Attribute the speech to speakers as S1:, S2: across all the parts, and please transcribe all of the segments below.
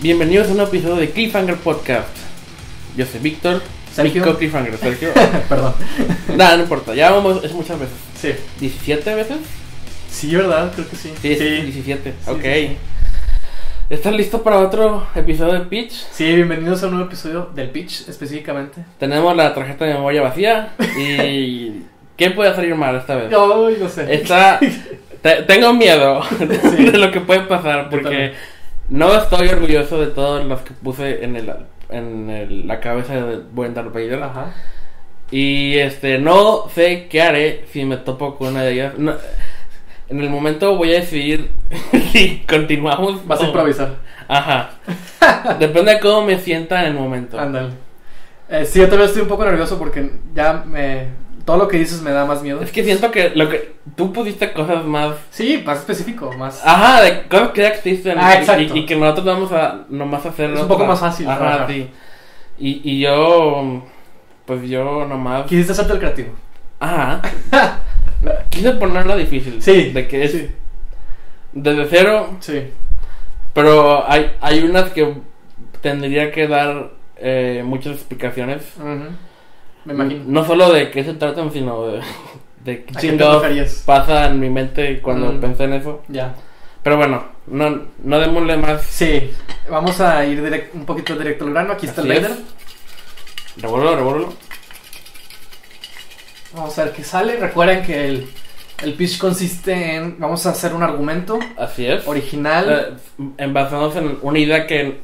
S1: Bienvenidos a un episodio de Cliffhanger Podcast. Yo soy Víctor.
S2: Sergio.
S1: Víctor Cliffhanger, Sergio.
S2: Perdón.
S1: Nada, no importa, ya vamos, es muchas veces.
S2: Sí.
S1: ¿17 veces?
S2: Sí, ¿verdad? Creo que sí.
S1: Sí, es
S2: sí.
S1: 17.
S2: Sí,
S1: ok.
S2: sí, sí.
S1: ¿Estás listo para otro episodio de Pitch?
S2: Sí, bienvenidos a un nuevo episodio del Pitch específicamente.
S1: Tenemos la tarjeta de memoria vacía y. ¿Qué puede salir mal esta vez?
S2: No, no sé.
S1: Está. te- tengo miedo de lo que puede pasar porque
S2: también.
S1: no estoy orgulloso de todos los que puse en, el, en el- la cabeza de buen Darth Vader.
S2: Ajá.
S1: Y este, no sé qué haré si me topo con una de ellas. No- en el momento voy a decidir si continuamos.
S2: Vas a
S1: o-
S2: improvisar.
S1: Ajá. Depende de cómo me sienta en el momento.
S2: Ándale. Eh, sí, yo también estoy un poco nervioso porque ya me... Todo lo que dices me da más miedo.
S1: Es que siento que lo que tú pusiste cosas más.
S2: Sí, más específico, más...
S1: Ajá, de cosas que ya existen.
S2: Ah,
S1: y-
S2: exacto.
S1: Y, y que nosotros vamos a nomás hacerlo.
S2: Es un poco más fácil
S1: Ajá,
S2: trabajar.
S1: sí. Y, y yo. Pues yo nomás.
S2: Quisiste hacerte el creativo.
S1: Ajá. Quise ponerlo difícil.
S2: Sí.
S1: De que es
S2: Sí.
S1: desde cero
S2: Sí.
S1: Pero hay, hay unas que tendría que dar eh, muchas explicaciones.
S2: Ujú.
S1: Mm,
S2: Me imagino.
S1: No solo de qué se tratan, sino de, de qué
S2: ¿A qué te
S1: chingados
S2: referías?
S1: pasa en mi mente cuando
S2: Mm.
S1: pensé en eso.
S2: Ya.
S1: Pero bueno, no, no démosle más.
S2: Sí. Vamos a ir direct- un poquito directo al grano. Aquí está
S1: Así
S2: el
S1: es.
S2: Vader.
S1: Revuélvelo, revuélvelo.
S2: Vamos a ver qué sale. Recuerden que el, el pitch consiste en. Vamos a hacer un argumento
S1: Así es.
S2: original.
S1: Eh, en- basados en una idea que.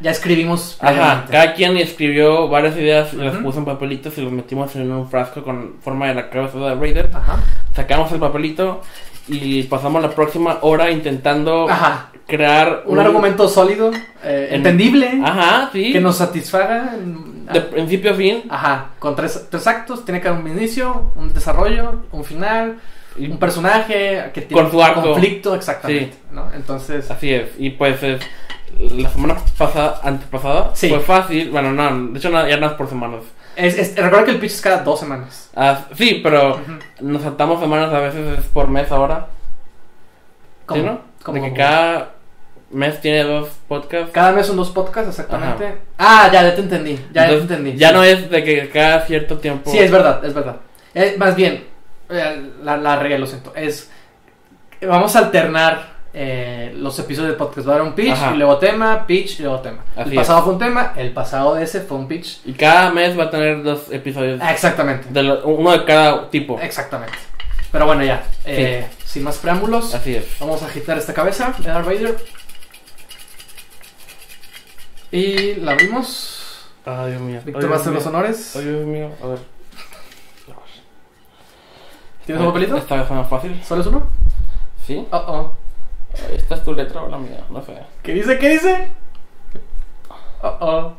S2: ya escribimos.
S1: Ajá,
S2: previamente.
S1: cada quien escribió varias ideas, las
S2: Ujú.
S1: puso en papelitos y los metimos en un frasco con forma de la cabeza de Raider.
S2: Ajá.
S1: Sacamos el papelito y pasamos la próxima hora intentando
S2: Ajá.
S1: crear
S2: Un argumento sólido, eh,
S1: En-
S2: entendible,
S1: Ajá, sí.
S2: que nos satisfaga. en- ah,
S1: De principio a fin.
S2: Ajá. Con tres, tres actos. Tiene que haber un inicio, un desarrollo, un final,
S1: Y-
S2: un personaje que tiene
S1: Con su arco.
S2: conflicto, exactamente. ¿no? Entonces.
S1: Así es. Y pues es- la semana pasada, antepasada,
S2: Sí.
S1: fue fácil. Bueno, no, de hecho no, ya no es por semanas.
S2: Es, es- recuerda que el pitch es cada dos semanas.
S1: Ah, sí, pero
S2: Ujú.
S1: nos saltamos semanas a veces es por mes ahora.
S2: ¿Cómo?
S1: ¿Sí, no?
S2: ¿Cómo,
S1: De que
S2: cómo?
S1: cada mes tiene dos podcasts.
S2: Cada mes son dos podcasts, exactamente. Ah, ya, ya te entendí. Ya, ya te
S1: Entonces,
S2: entendí.
S1: Ya no es de que cada cierto tiempo.
S2: Sí, es verdad, es verdad. Eh, más bien, eh, la, la regué, lo siento. Es. Vamos a alternar eh, los episodios de podcast. Va a haber un pitch
S1: Ajá.
S2: y luego tema, pitch y luego tema.
S1: Así
S2: el pasado
S1: es.
S2: fue un tema, el pasado de ese fue un pitch.
S1: Y cada mes va a tener dos episodios.
S2: Ah, exactamente.
S1: De lo- uno de cada tipo.
S2: Exactamente. Pero bueno, ya. eh, Sin más preámbulos,
S1: Así es.
S2: vamos a agitar esta cabeza de Darth Vader. Y la abrimos.
S1: Ay, Dios mío. Ay,
S2: Víctor
S1: Dios
S2: va a hacer
S1: mío.
S2: los honores.
S1: Ay, Dios mío, a ver.
S2: ¿Tienes un papelito?
S1: Esta vez fue más fácil.
S2: ¿Solo es uno?
S1: ¿Sí?
S2: Oh, oh.
S1: ¿Esta es tu letra o la mía? No sé.
S2: ¿Qué dice? ¿Qué dice? Oh, oh.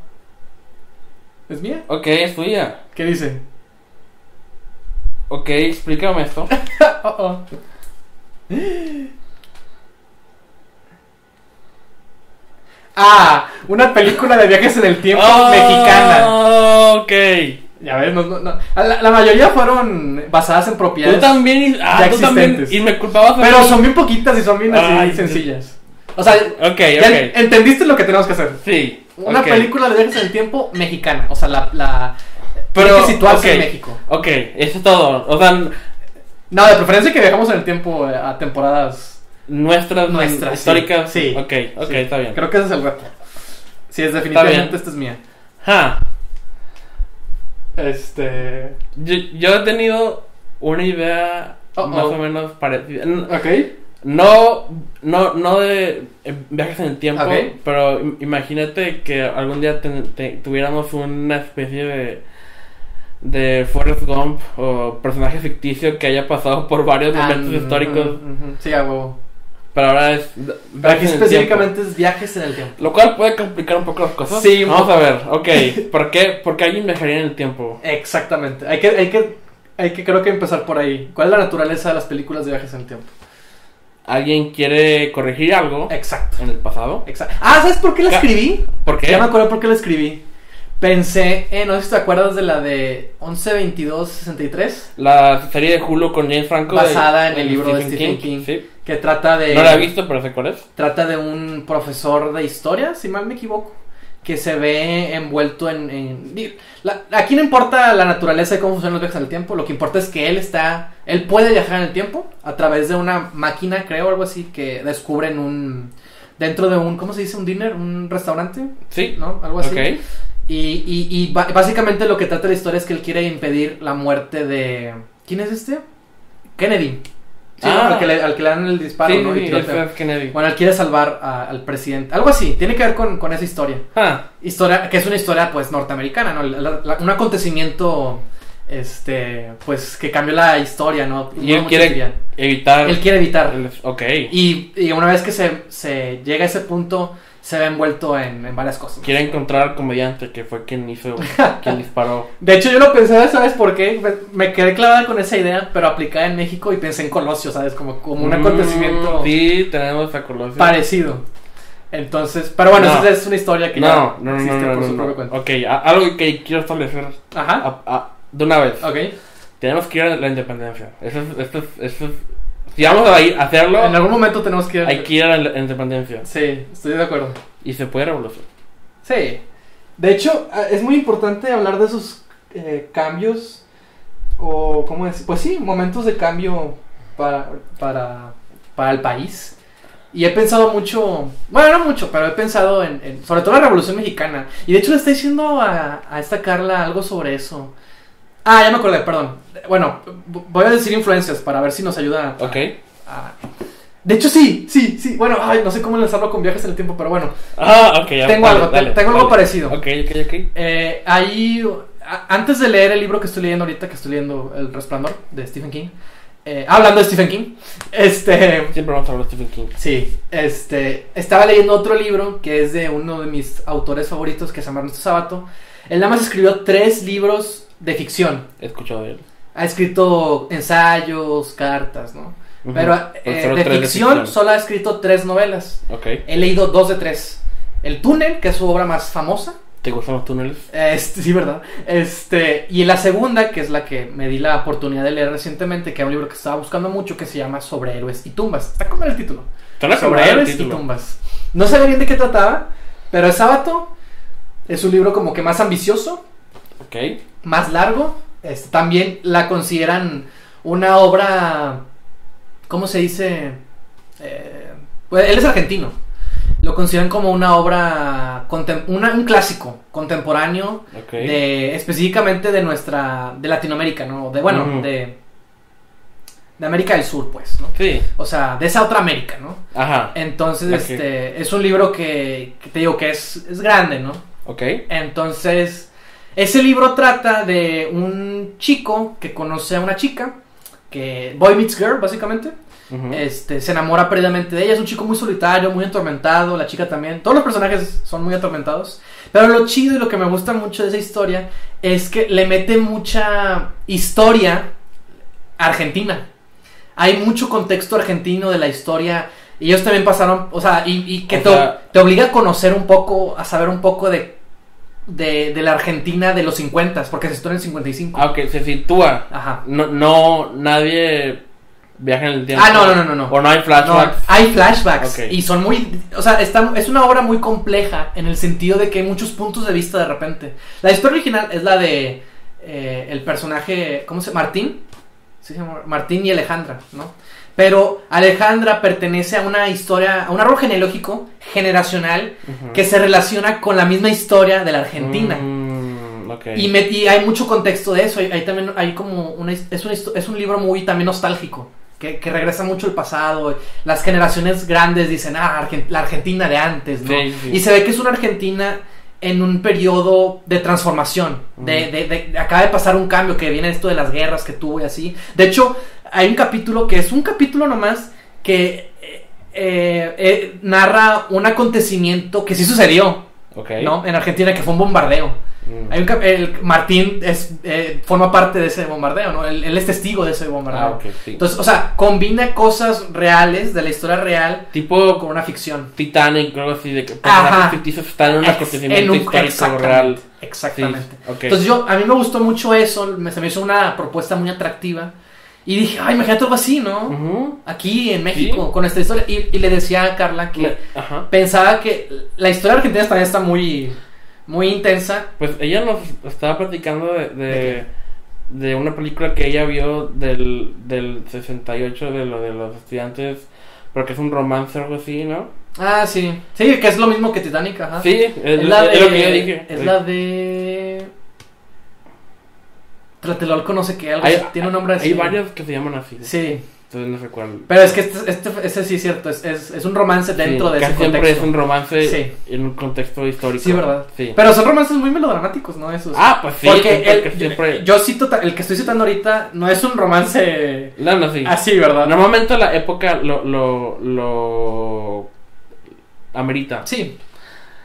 S2: ¿Es mía?
S1: Ok, es tuya.
S2: ¿Qué dice?
S1: Ok, explícame esto.
S2: Oh, oh. Ah, una película de viajes en el tiempo
S1: Oh.
S2: mexicana.
S1: Ah, Ok.
S2: Ya ves, no, no, no. La, la mayoría fueron basadas en
S1: Tú
S2: propiedades.
S1: también. Ah,
S2: ya
S1: tú también.
S2: existentes.
S1: Y me culpabas. a
S2: Pero
S1: mí.
S2: son bien poquitas y son bien así
S1: Ay,
S2: sencillas. O sea,
S1: Ok,
S2: ya
S1: ok.
S2: entendiste lo que tenemos que hacer.
S1: Sí.
S2: Una
S1: ok.
S2: película de viajes en el tiempo mexicana. O sea, la. la
S1: Pero,
S2: tiene que situarse
S1: ok.
S2: en México.
S1: Ok, eso es todo. O sea, n-
S2: No, de preferencia que viajamos en el tiempo eh, a temporadas.
S1: nuestras.
S2: Nuestras, sí.
S1: Históricas.
S2: Sí.
S1: Ok, ok,
S2: Sí.
S1: está bien.
S2: Creo que ese es el reto. Sí, es
S1: bien.
S2: definitivamente esta es mía.
S1: Ja.
S2: Este.
S1: Yo, yo he tenido una idea
S2: Uh-oh.
S1: más o menos parecida. N-
S2: Ok.
S1: No, no, no de eh, viajes en el tiempo,
S2: Ok.
S1: pero im- imagínate que algún día ten- te- tuviéramos una especie de de Forrest Gump o personaje ficticio que haya pasado por varios momentos
S2: Ah,
S1: históricos,
S2: mm, mm, mm. Sí, a huevo.
S1: pero ahora es d-
S2: Pero
S1: viajes en el
S2: aquí
S1: tiempo.
S2: específicamente es viajes en el tiempo.
S1: Lo cual puede complicar un poco las cosas.
S2: Sí,
S1: Vamos a ver, ok. ¿Por qué, por qué alguien viajaría en el tiempo?
S2: Exactamente. Hay que, hay que, hay que creo que empezar por ahí. ¿Cuál es la naturaleza de las películas de viajes en el tiempo?
S1: ¿Alguien quiere corregir algo
S2: Exacto.
S1: en el pasado?
S2: Exacto. Ah, ¿sabes por qué la
S1: Ca-
S2: escribí?
S1: ¿Por qué?
S2: Ya me acuerdo por qué la escribí. Pensé, eh, no sé si te acuerdas de la de 11, 22, 63.
S1: La serie de Hulu con James Franco. de-
S2: Basada en
S1: de
S2: el libro de Stephen King.
S1: Sí.
S2: que trata de...
S1: No la he visto, pero sé cuál es.
S2: Trata de un profesor de historia, si mal me equivoco, que se ve envuelto en... en- di- la- aquí no importa la naturaleza de cómo funcionan los viajes en el tiempo, lo que importa es que él está... Él puede viajar en el tiempo a través de una máquina, creo, algo así, que descubre en un... Dentro de un, ¿cómo se dice? Un dinner, un restaurante,
S1: Sí.
S2: ¿no? Algo así.
S1: Ok.
S2: Y, y, y ba- básicamente lo que trata la historia es que él quiere impedir la muerte de... ¿Quién es este? Kennedy. Sí,
S1: Ah.
S2: al, que le, al que le dan el disparo,
S1: Sí,
S2: ¿no?
S1: sí,
S2: Y
S1: sí,
S2: tiroteo.
S1: F. F. Kennedy.
S2: Bueno, él quiere salvar a- al presidente. Algo así, tiene que ver con, con esa historia.
S1: Ah,
S2: Historia, que es una historia, pues, norteamericana, ¿no? La- la- un acontecimiento, este, pues, que cambió la historia, ¿no?
S1: y
S2: Hubo
S1: él
S2: mucha
S1: quiere
S2: teoría.
S1: evitar.
S2: Él quiere evitar.
S1: el- Ok.
S2: Y, y una vez que se, se llega a ese punto, se ve envuelto en, en varias cosas.
S1: Quiere encontrar al comediante que fue quien hizo, quien disparó.
S2: De hecho, yo lo pensé, ¿sabes por qué? Me- Me quedé clavada con esa idea, pero aplicada en México y pensé en Colosio, ¿sabes? Como, como un
S1: Mm,
S2: acontecimiento
S1: Sí, tenemos a Colosio.
S2: parecido. Entonces, pero bueno,
S1: No.
S2: esa es una historia que
S1: No,
S2: ya
S1: no, no,
S2: existe
S1: no, no,
S2: por
S1: no,
S2: su
S1: no.
S2: propia cuenta.
S1: Ok, a- algo que quiero establecer
S2: Ajá,
S1: a- a- de una vez.
S2: ok.
S1: Tenemos que ir a la independencia. Eso es, esto es- esto es- Si vamos a ir a hacerlo,
S2: En algún momento tenemos que...
S1: hay que ir a la independencia.
S2: Sí, estoy de acuerdo.
S1: Y se puede revolucionar.
S2: Sí. De hecho, a- es muy importante hablar de esos eh, cambios o, ¿cómo es? Pues sí, momentos de cambio para, para, para el país. Y he pensado mucho, bueno, no mucho, pero he pensado en, en- sobre todo la Revolución Mexicana. Y de hecho le está diciendo a, a esta Carla algo sobre eso. Ah, ya me acordé, perdón. Bueno, v- voy a decir influencias para ver si nos ayuda a-
S1: Ok.
S2: a- De hecho, sí, sí, sí. Bueno, ay, no sé cómo lanzarlo con viajes en el tiempo, pero bueno.
S1: Ah, ok. ya,
S2: Tengo
S1: dale,
S2: algo, te-
S1: dale,
S2: tengo algo
S1: dale.
S2: parecido.
S1: Ok, ok, ok.
S2: Eh, ahí, a- antes de leer el libro que estoy leyendo ahorita, que estoy leyendo El Resplandor de Stephen King, eh, hablando de Stephen King, este,
S1: Siempre vamos a hablar de Stephen King.
S2: sí, este, estaba leyendo otro libro que es de uno de mis autores favoritos, que se llama Ernesto Sabato. Él nada más escribió tres libros de ficción.
S1: He escuchado de él.
S2: Ha escrito ensayos, cartas, ¿no?
S1: Ujú. Pues
S2: Pero eh,
S1: solo
S2: de
S1: tres de
S2: ficción
S1: ficción.
S2: solo ha escrito tres novelas.
S1: Ok.
S2: He leído dos de tres. El Túnel, que es su obra más famosa.
S1: ¿Te gustan los túneles?
S2: Este, sí, ¿verdad? Este, y la segunda, que es la que me di la oportunidad de leer recientemente, que es un libro que estaba buscando mucho, que se llama Sobre héroes y tumbas. Está como el título.
S1: Suena como
S2: Sobre
S1: el
S2: héroes y
S1: título.
S2: tumbas. No sabía bien de qué trataba, pero es sábado. Es un libro como que más ambicioso,
S1: Ok.
S2: más largo. Este, también la consideran una obra, ¿cómo se dice? Eh, pues, él es argentino. Lo consideran como una obra, contem- una- un clásico contemporáneo
S1: Ok.
S2: de específicamente de nuestra de Latinoamérica, ¿no? De bueno,
S1: Ujú.
S2: de de América del Sur, pues, ¿no?
S1: Sí.
S2: O sea, de esa otra América, ¿no?
S1: Ajá.
S2: Entonces,
S1: Ok.
S2: este es un libro que, que te digo que es es grande, ¿no?
S1: Ok.
S2: Entonces, ese libro trata de un chico que conoce a una chica que boy meets girl, básicamente.
S1: Ujú.
S2: Este, se enamora perdidamente de ella. Es un chico muy solitario, muy atormentado. La chica también. Todos los personajes son muy atormentados. Pero lo chido y lo que me gusta mucho de esa historia es que le mete mucha historia argentina. Hay mucho contexto argentino de la historia. Y ellos también pasaron, o sea, y, y que
S1: O
S2: te,
S1: sea-
S2: te obliga a conocer un poco, a saber un poco de, de, de la Argentina de los 50, porque se estuvo en el 55.
S1: Ah, ok. Se sitúa.
S2: Ajá.
S1: No, no, nadie viaja en el tiempo.
S2: Ah, no, no, no, no, no.
S1: O no hay flashbacks.
S2: No, hay flashbacks
S1: Ok.
S2: y son muy, o sea, está- es una obra muy compleja en el sentido de que hay muchos puntos de vista de repente. La historia original es la de eh, el personaje, ¿cómo se llama? Martín, Sí, se llama Martín y Alejandra, ¿no? Pero Alejandra pertenece a una historia, a un árbol genealógico generacional
S1: Ujú.
S2: que se relaciona con la misma historia de la Argentina.
S1: Mm, ok.
S2: Y, me- y hay mucho contexto de eso. Hay, hay también hay como una, his- es, un, es un libro muy también nostálgico. Que, que regresa mucho el pasado. Las generaciones grandes dicen, ah, Argen- la Argentina de antes, ¿no?
S1: Sí, sí.
S2: Y se ve que es una Argentina en un periodo de transformación.
S1: Mm.
S2: De, de- de- de- acaba de pasar un cambio que viene esto de las guerras que tuvo y así. De hecho, hay un capítulo que es un capítulo nomás que eh, eh, eh, narra un acontecimiento que sí sucedió,
S1: Ok.
S2: ¿no? En Argentina, que fue un bombardeo.
S1: Mm.
S2: Hay un cap- el Martín es, eh, forma parte de ese bombardeo, ¿no? Él, él es testigo de ese bombardeo.
S1: Ah, ok, sí.
S2: Entonces, o sea, combina cosas reales de la historia real
S1: tipo
S2: con una ficción.
S1: Titanic, algo así, de que
S2: Ajá.
S1: personajes ficticios están en un acontecimiento histórico
S2: exactamente,
S1: real. Sí,
S2: Exactamente.
S1: ok.
S2: Entonces yo, a mí me gustó mucho eso, me, se me hizo una propuesta muy atractiva. Y dije, ay, imagínate algo así, ¿no?
S1: Ujú.
S2: Aquí en México, con esta historia. Y, y le decía a Carla que
S1: Me- Ajá.
S2: pensaba que la historia argentina también está muy, muy intensa.
S1: Pues ella nos estaba platicando de, de, de una película que ella vio del, del 68 de lo de los estudiantes, pero que es un romance o algo así, ¿no?
S2: Ah, sí. Sí, que es lo mismo que Titanic, ajá.
S1: Sí, es,
S2: Ah. Es la de.
S1: es lo que yo dije.
S2: Es la de. Tlatelolco, no sé qué, algo
S1: Hay-
S2: así, tiene un nombre así.
S1: Hay varios que se llaman así.
S2: Sí,
S1: Entonces no sé cuál.
S2: pero es que este, este- ese sí es cierto, es, es- es un romance dentro
S1: Sí,
S2: de ese
S1: casi siempre
S2: contexto.
S1: es un romance
S2: Sí.
S1: en un contexto histórico.
S2: Sí, ¿verdad?
S1: Sí.
S2: Pero son romances muy melodramáticos, ¿no? Esos.
S1: ah, pues sí.
S2: Porque
S1: siempre-
S2: el,
S1: que siempre...
S2: yo cito, ta- el que estoy citando ahorita no es un romance
S1: No, no, sí.
S2: así, ¿verdad?
S1: Normalmente la época lo, lo, lo amerita.
S2: Sí.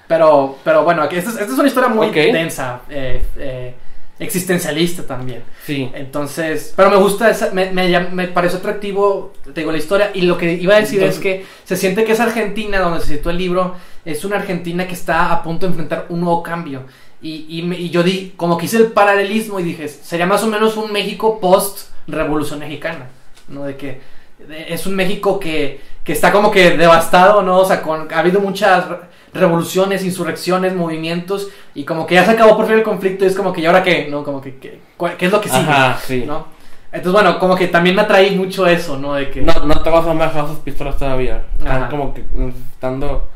S2: Pero, pero bueno, aquí- esta es, esta es una historia muy
S1: Ok.
S2: densa, eh, eh, existencialista también.
S1: Sí.
S2: Entonces, pero me gusta, esa- me, me, llam- me pareció atractivo, te digo, la historia. Y lo que iba a decir es que se siente que esa Argentina, donde se citó el libro, es una Argentina que está a punto de enfrentar un nuevo cambio. Y, y, me- y yo di, como que hice el paralelismo y dije, sería más o menos un México post-revolución mexicana, ¿no? De que de- es un México que, que está como que devastado, ¿no? O sea, con, ha habido muchas re- revoluciones, insurrecciones, movimientos, y como que ya se acabó por fin el conflicto, y es como que, ¿y ahora qué? ¿No? Como que, ¿qué, cuál- qué es lo que sigue?
S1: Ajá, sí.
S2: ¿no? Entonces, bueno, como que también me atraí mucho eso, ¿no? De que...
S1: No, no te vas a bajar sus pistolas todavía. Están
S2: Ajá.
S1: como que necesitando.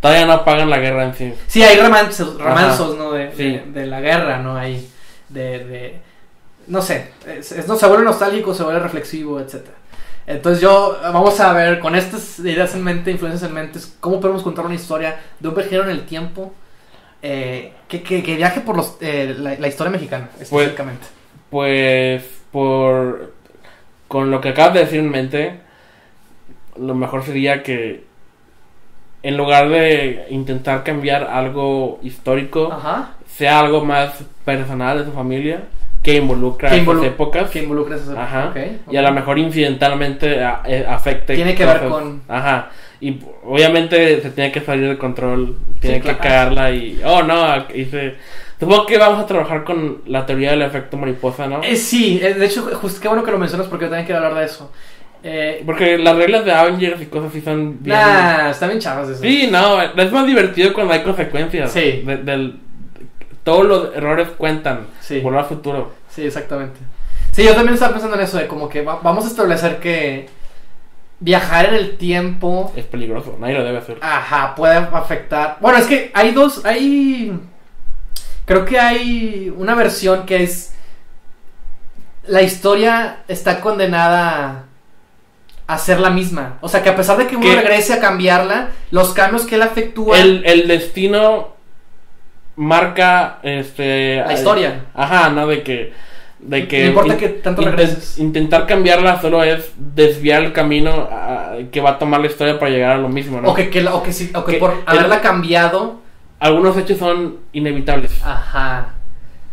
S1: Todavía no apagan la guerra en sí.
S2: Sí, hay romances, romanzos, ¿no? De,
S1: Sí.
S2: de, de la guerra, ¿no? Ahí, de... de- no sé, es- es- no, se vuelve nostálgico, se vuelve reflexivo, etc. Entonces yo, vamos a ver, con estas ideas en mente, influencias en mente, es cómo podemos contar una historia de un viajero en el tiempo eh, que, que- que viaje por los, eh, la, la historia mexicana, específicamente.
S1: Pues por con lo que acabas de decir en mente, lo mejor sería que en lugar de intentar cambiar algo histórico,
S2: Ajá,
S1: sea algo más personal de su familia que involucra
S2: Que
S1: esas
S2: involu-
S1: épocas
S2: que involucra esas
S1: Ajá.
S2: ok, ok.
S1: y a lo mejor incidentalmente a- eh, afecte.
S2: Tiene que ver
S1: cosas.
S2: con-
S1: Ajá. Y p- obviamente se tiene que salir de control, tiene que
S2: claro.
S1: cagarla y. Oh no, hice. Supongo que vamos a trabajar con la teoría del efecto mariposa, ¿no?
S2: Eh, sí, eh, de hecho, justo qué bueno que lo mencionas porque yo también quiero hablar de eso. Eh,
S1: Porque las reglas de Avengers y cosas así son bien.
S2: nah, está bien chavas eso.
S1: Sí, no, es más divertido cuando hay consecuencias.
S2: Sí.
S1: De- del- todos los errores cuentan.
S2: Sí.
S1: Volver al futuro.
S2: Sí, exactamente. Sí, yo también estaba pensando en eso de como que va- vamos a establecer que viajar en el tiempo,
S1: Es peligroso, nadie lo debe hacer.
S2: Ah, ajá, puede afectar. Bueno, es que hay dos, hay creo que hay una versión que es la historia está condenada a ser la misma. O sea, que a pesar de que uno
S1: Que-
S2: regrese a cambiarla, los cambios que él efectúa
S1: el, el destino marca este
S2: La
S1: eh,
S2: historia.
S1: ajá no de que de que
S2: No importa
S1: in-
S2: que tanto
S1: inten-
S2: regreses.
S1: intentar cambiarla solo es desviar el camino ah, que va a tomar la historia para llegar a lo mismo no
S2: O que, que la- o que sí- o que
S1: Que
S2: por
S1: el-
S2: haberla cambiado
S1: algunos hechos son inevitables
S2: Ah, Ajá.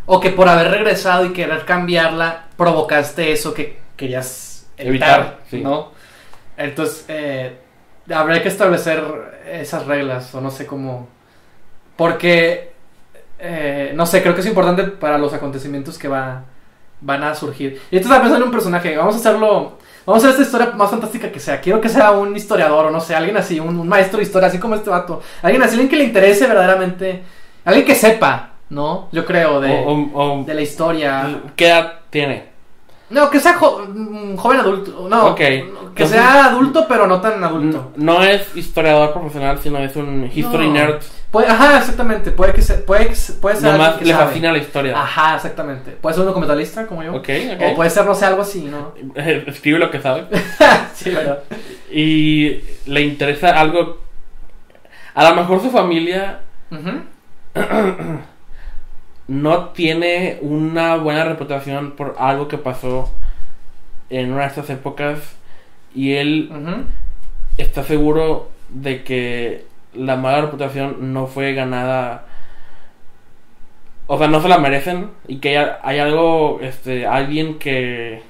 S2: O que por haber regresado y querer cambiarla, provocaste eso que querías evitar,
S1: Evitar, sí.
S2: ¿no? Entonces, eh, habría que establecer esas reglas, o no sé cómo. Porque, eh, no sé, creo que es importante para los acontecimientos que va, van a surgir. Y esto está pensando en un personaje, vamos a hacerlo. Vamos a hacer esta historia más fantástica que sea. Quiero que sea un historiador o no sé, alguien así, un, un maestro de historia, así como este vato. Alguien así, alguien que le interese verdaderamente. Alguien que sepa, ¿no? Yo creo, de,
S1: o, Mm. o- o-
S2: de la historia.
S1: qué edad tiene
S2: No, que sea jo- mm, joven adulto. No,
S1: Ok,
S2: que
S1: entonces- mm.
S2: sea adulto, pero no tan adulto.
S1: no, no es historiador profesional sino es un history
S2: No.
S1: nerd
S2: Puede- ajá, exactamente. Puede que sea. Puede, que se- puede ser
S1: nomás
S2: alguien que
S1: le
S2: sabe.
S1: fascina la historia
S2: Ajá, exactamente. Puede ser un documentalista como yo.
S1: ok ok
S2: O puede ser, no sé, algo así, ¿no?
S1: escribe lo que sabe
S2: sí, verdad.
S1: y le interesa algo. A lo mejor su familia
S2: Ujú.
S1: no tiene una buena reputación por algo que pasó en una de estas épocas y él
S2: Ujú.
S1: está seguro de que la mala reputación no fue ganada. O sea, no se la merecen y que hay, hay algo, este, alguien que...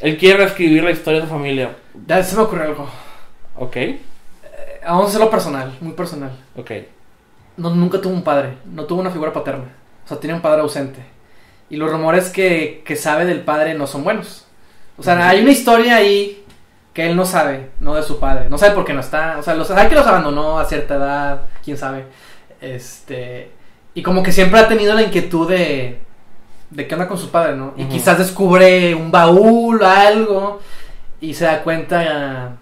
S1: Él quiere reescribir la historia de su familia.
S2: Ya se me ocurrió algo.
S1: Ok,
S2: Eh, Vamos a hacerlo personal, muy personal.
S1: ok.
S2: No, nunca tuvo un padre, no tuvo una figura paterna. O sea, tiene un padre ausente. Y los rumores que, que sabe del padre no son buenos. O sea, hay una historia ahí que él no sabe, no de su padre. No sabe por qué no está. O sea, los, sabe que los abandonó a cierta edad, quién sabe. Este. Y como que siempre ha tenido la inquietud de. de qué onda con su padre, ¿no? Y
S1: Ujú.
S2: quizás descubre un baúl o algo. Y se da cuenta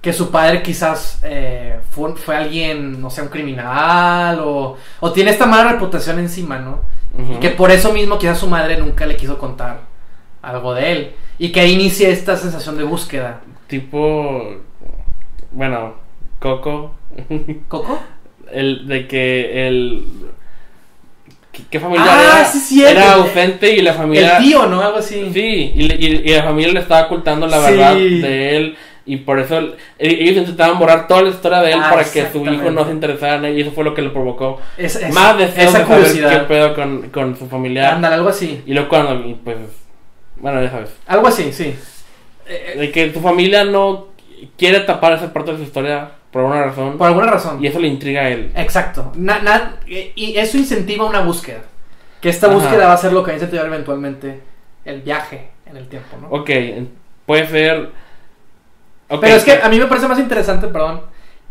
S2: que su padre quizás eh, fue, un- fue alguien, no sé, un criminal o, o tiene esta mala reputación encima, ¿no?
S1: Ujú.
S2: Y que por eso mismo quizás su madre nunca le quiso contar algo de él. Y que ahí inicia esta sensación de búsqueda.
S1: Tipo. Bueno, Coco.
S2: ¿Coco?
S1: El de que el. ¿Qué, qué familia
S2: Ah,
S1: era?
S2: sí, cierto.
S1: Era ausente y la familia.
S2: El tío, ¿no? Algo así.
S1: Sí, y, le- y- y la familia le estaba ocultando la
S2: Sí.
S1: verdad de él. Y por eso el- e- ellos intentaban borrar toda la historia de él
S2: Ah,
S1: para que su hijo no
S2: exactamente.
S1: se interesara en él. Y eso fue lo que le provocó
S2: Es- es-
S1: más deseos
S2: esa
S1: de saber qué
S2: curiosidad.
S1: pedo con, con su familia.
S2: Ándale, algo así.
S1: Y luego cuando, y pues, bueno, ya sabes.
S2: Algo así, sí. Eh,
S1: De que tu familia no quiere tapar esa parte de su historia por alguna razón.
S2: eh, por alguna razón.
S1: Y eso le intriga a él.
S2: Exacto. Na- na- eh, y eso incentiva una búsqueda. Que esta
S1: Ajá.
S2: búsqueda va a ser lo que va a incentivar eventualmente el viaje en el tiempo, ¿no?
S1: Ok, en- puede ser... ok,
S2: Pero es que ah, a mí me parece más interesante, perdón,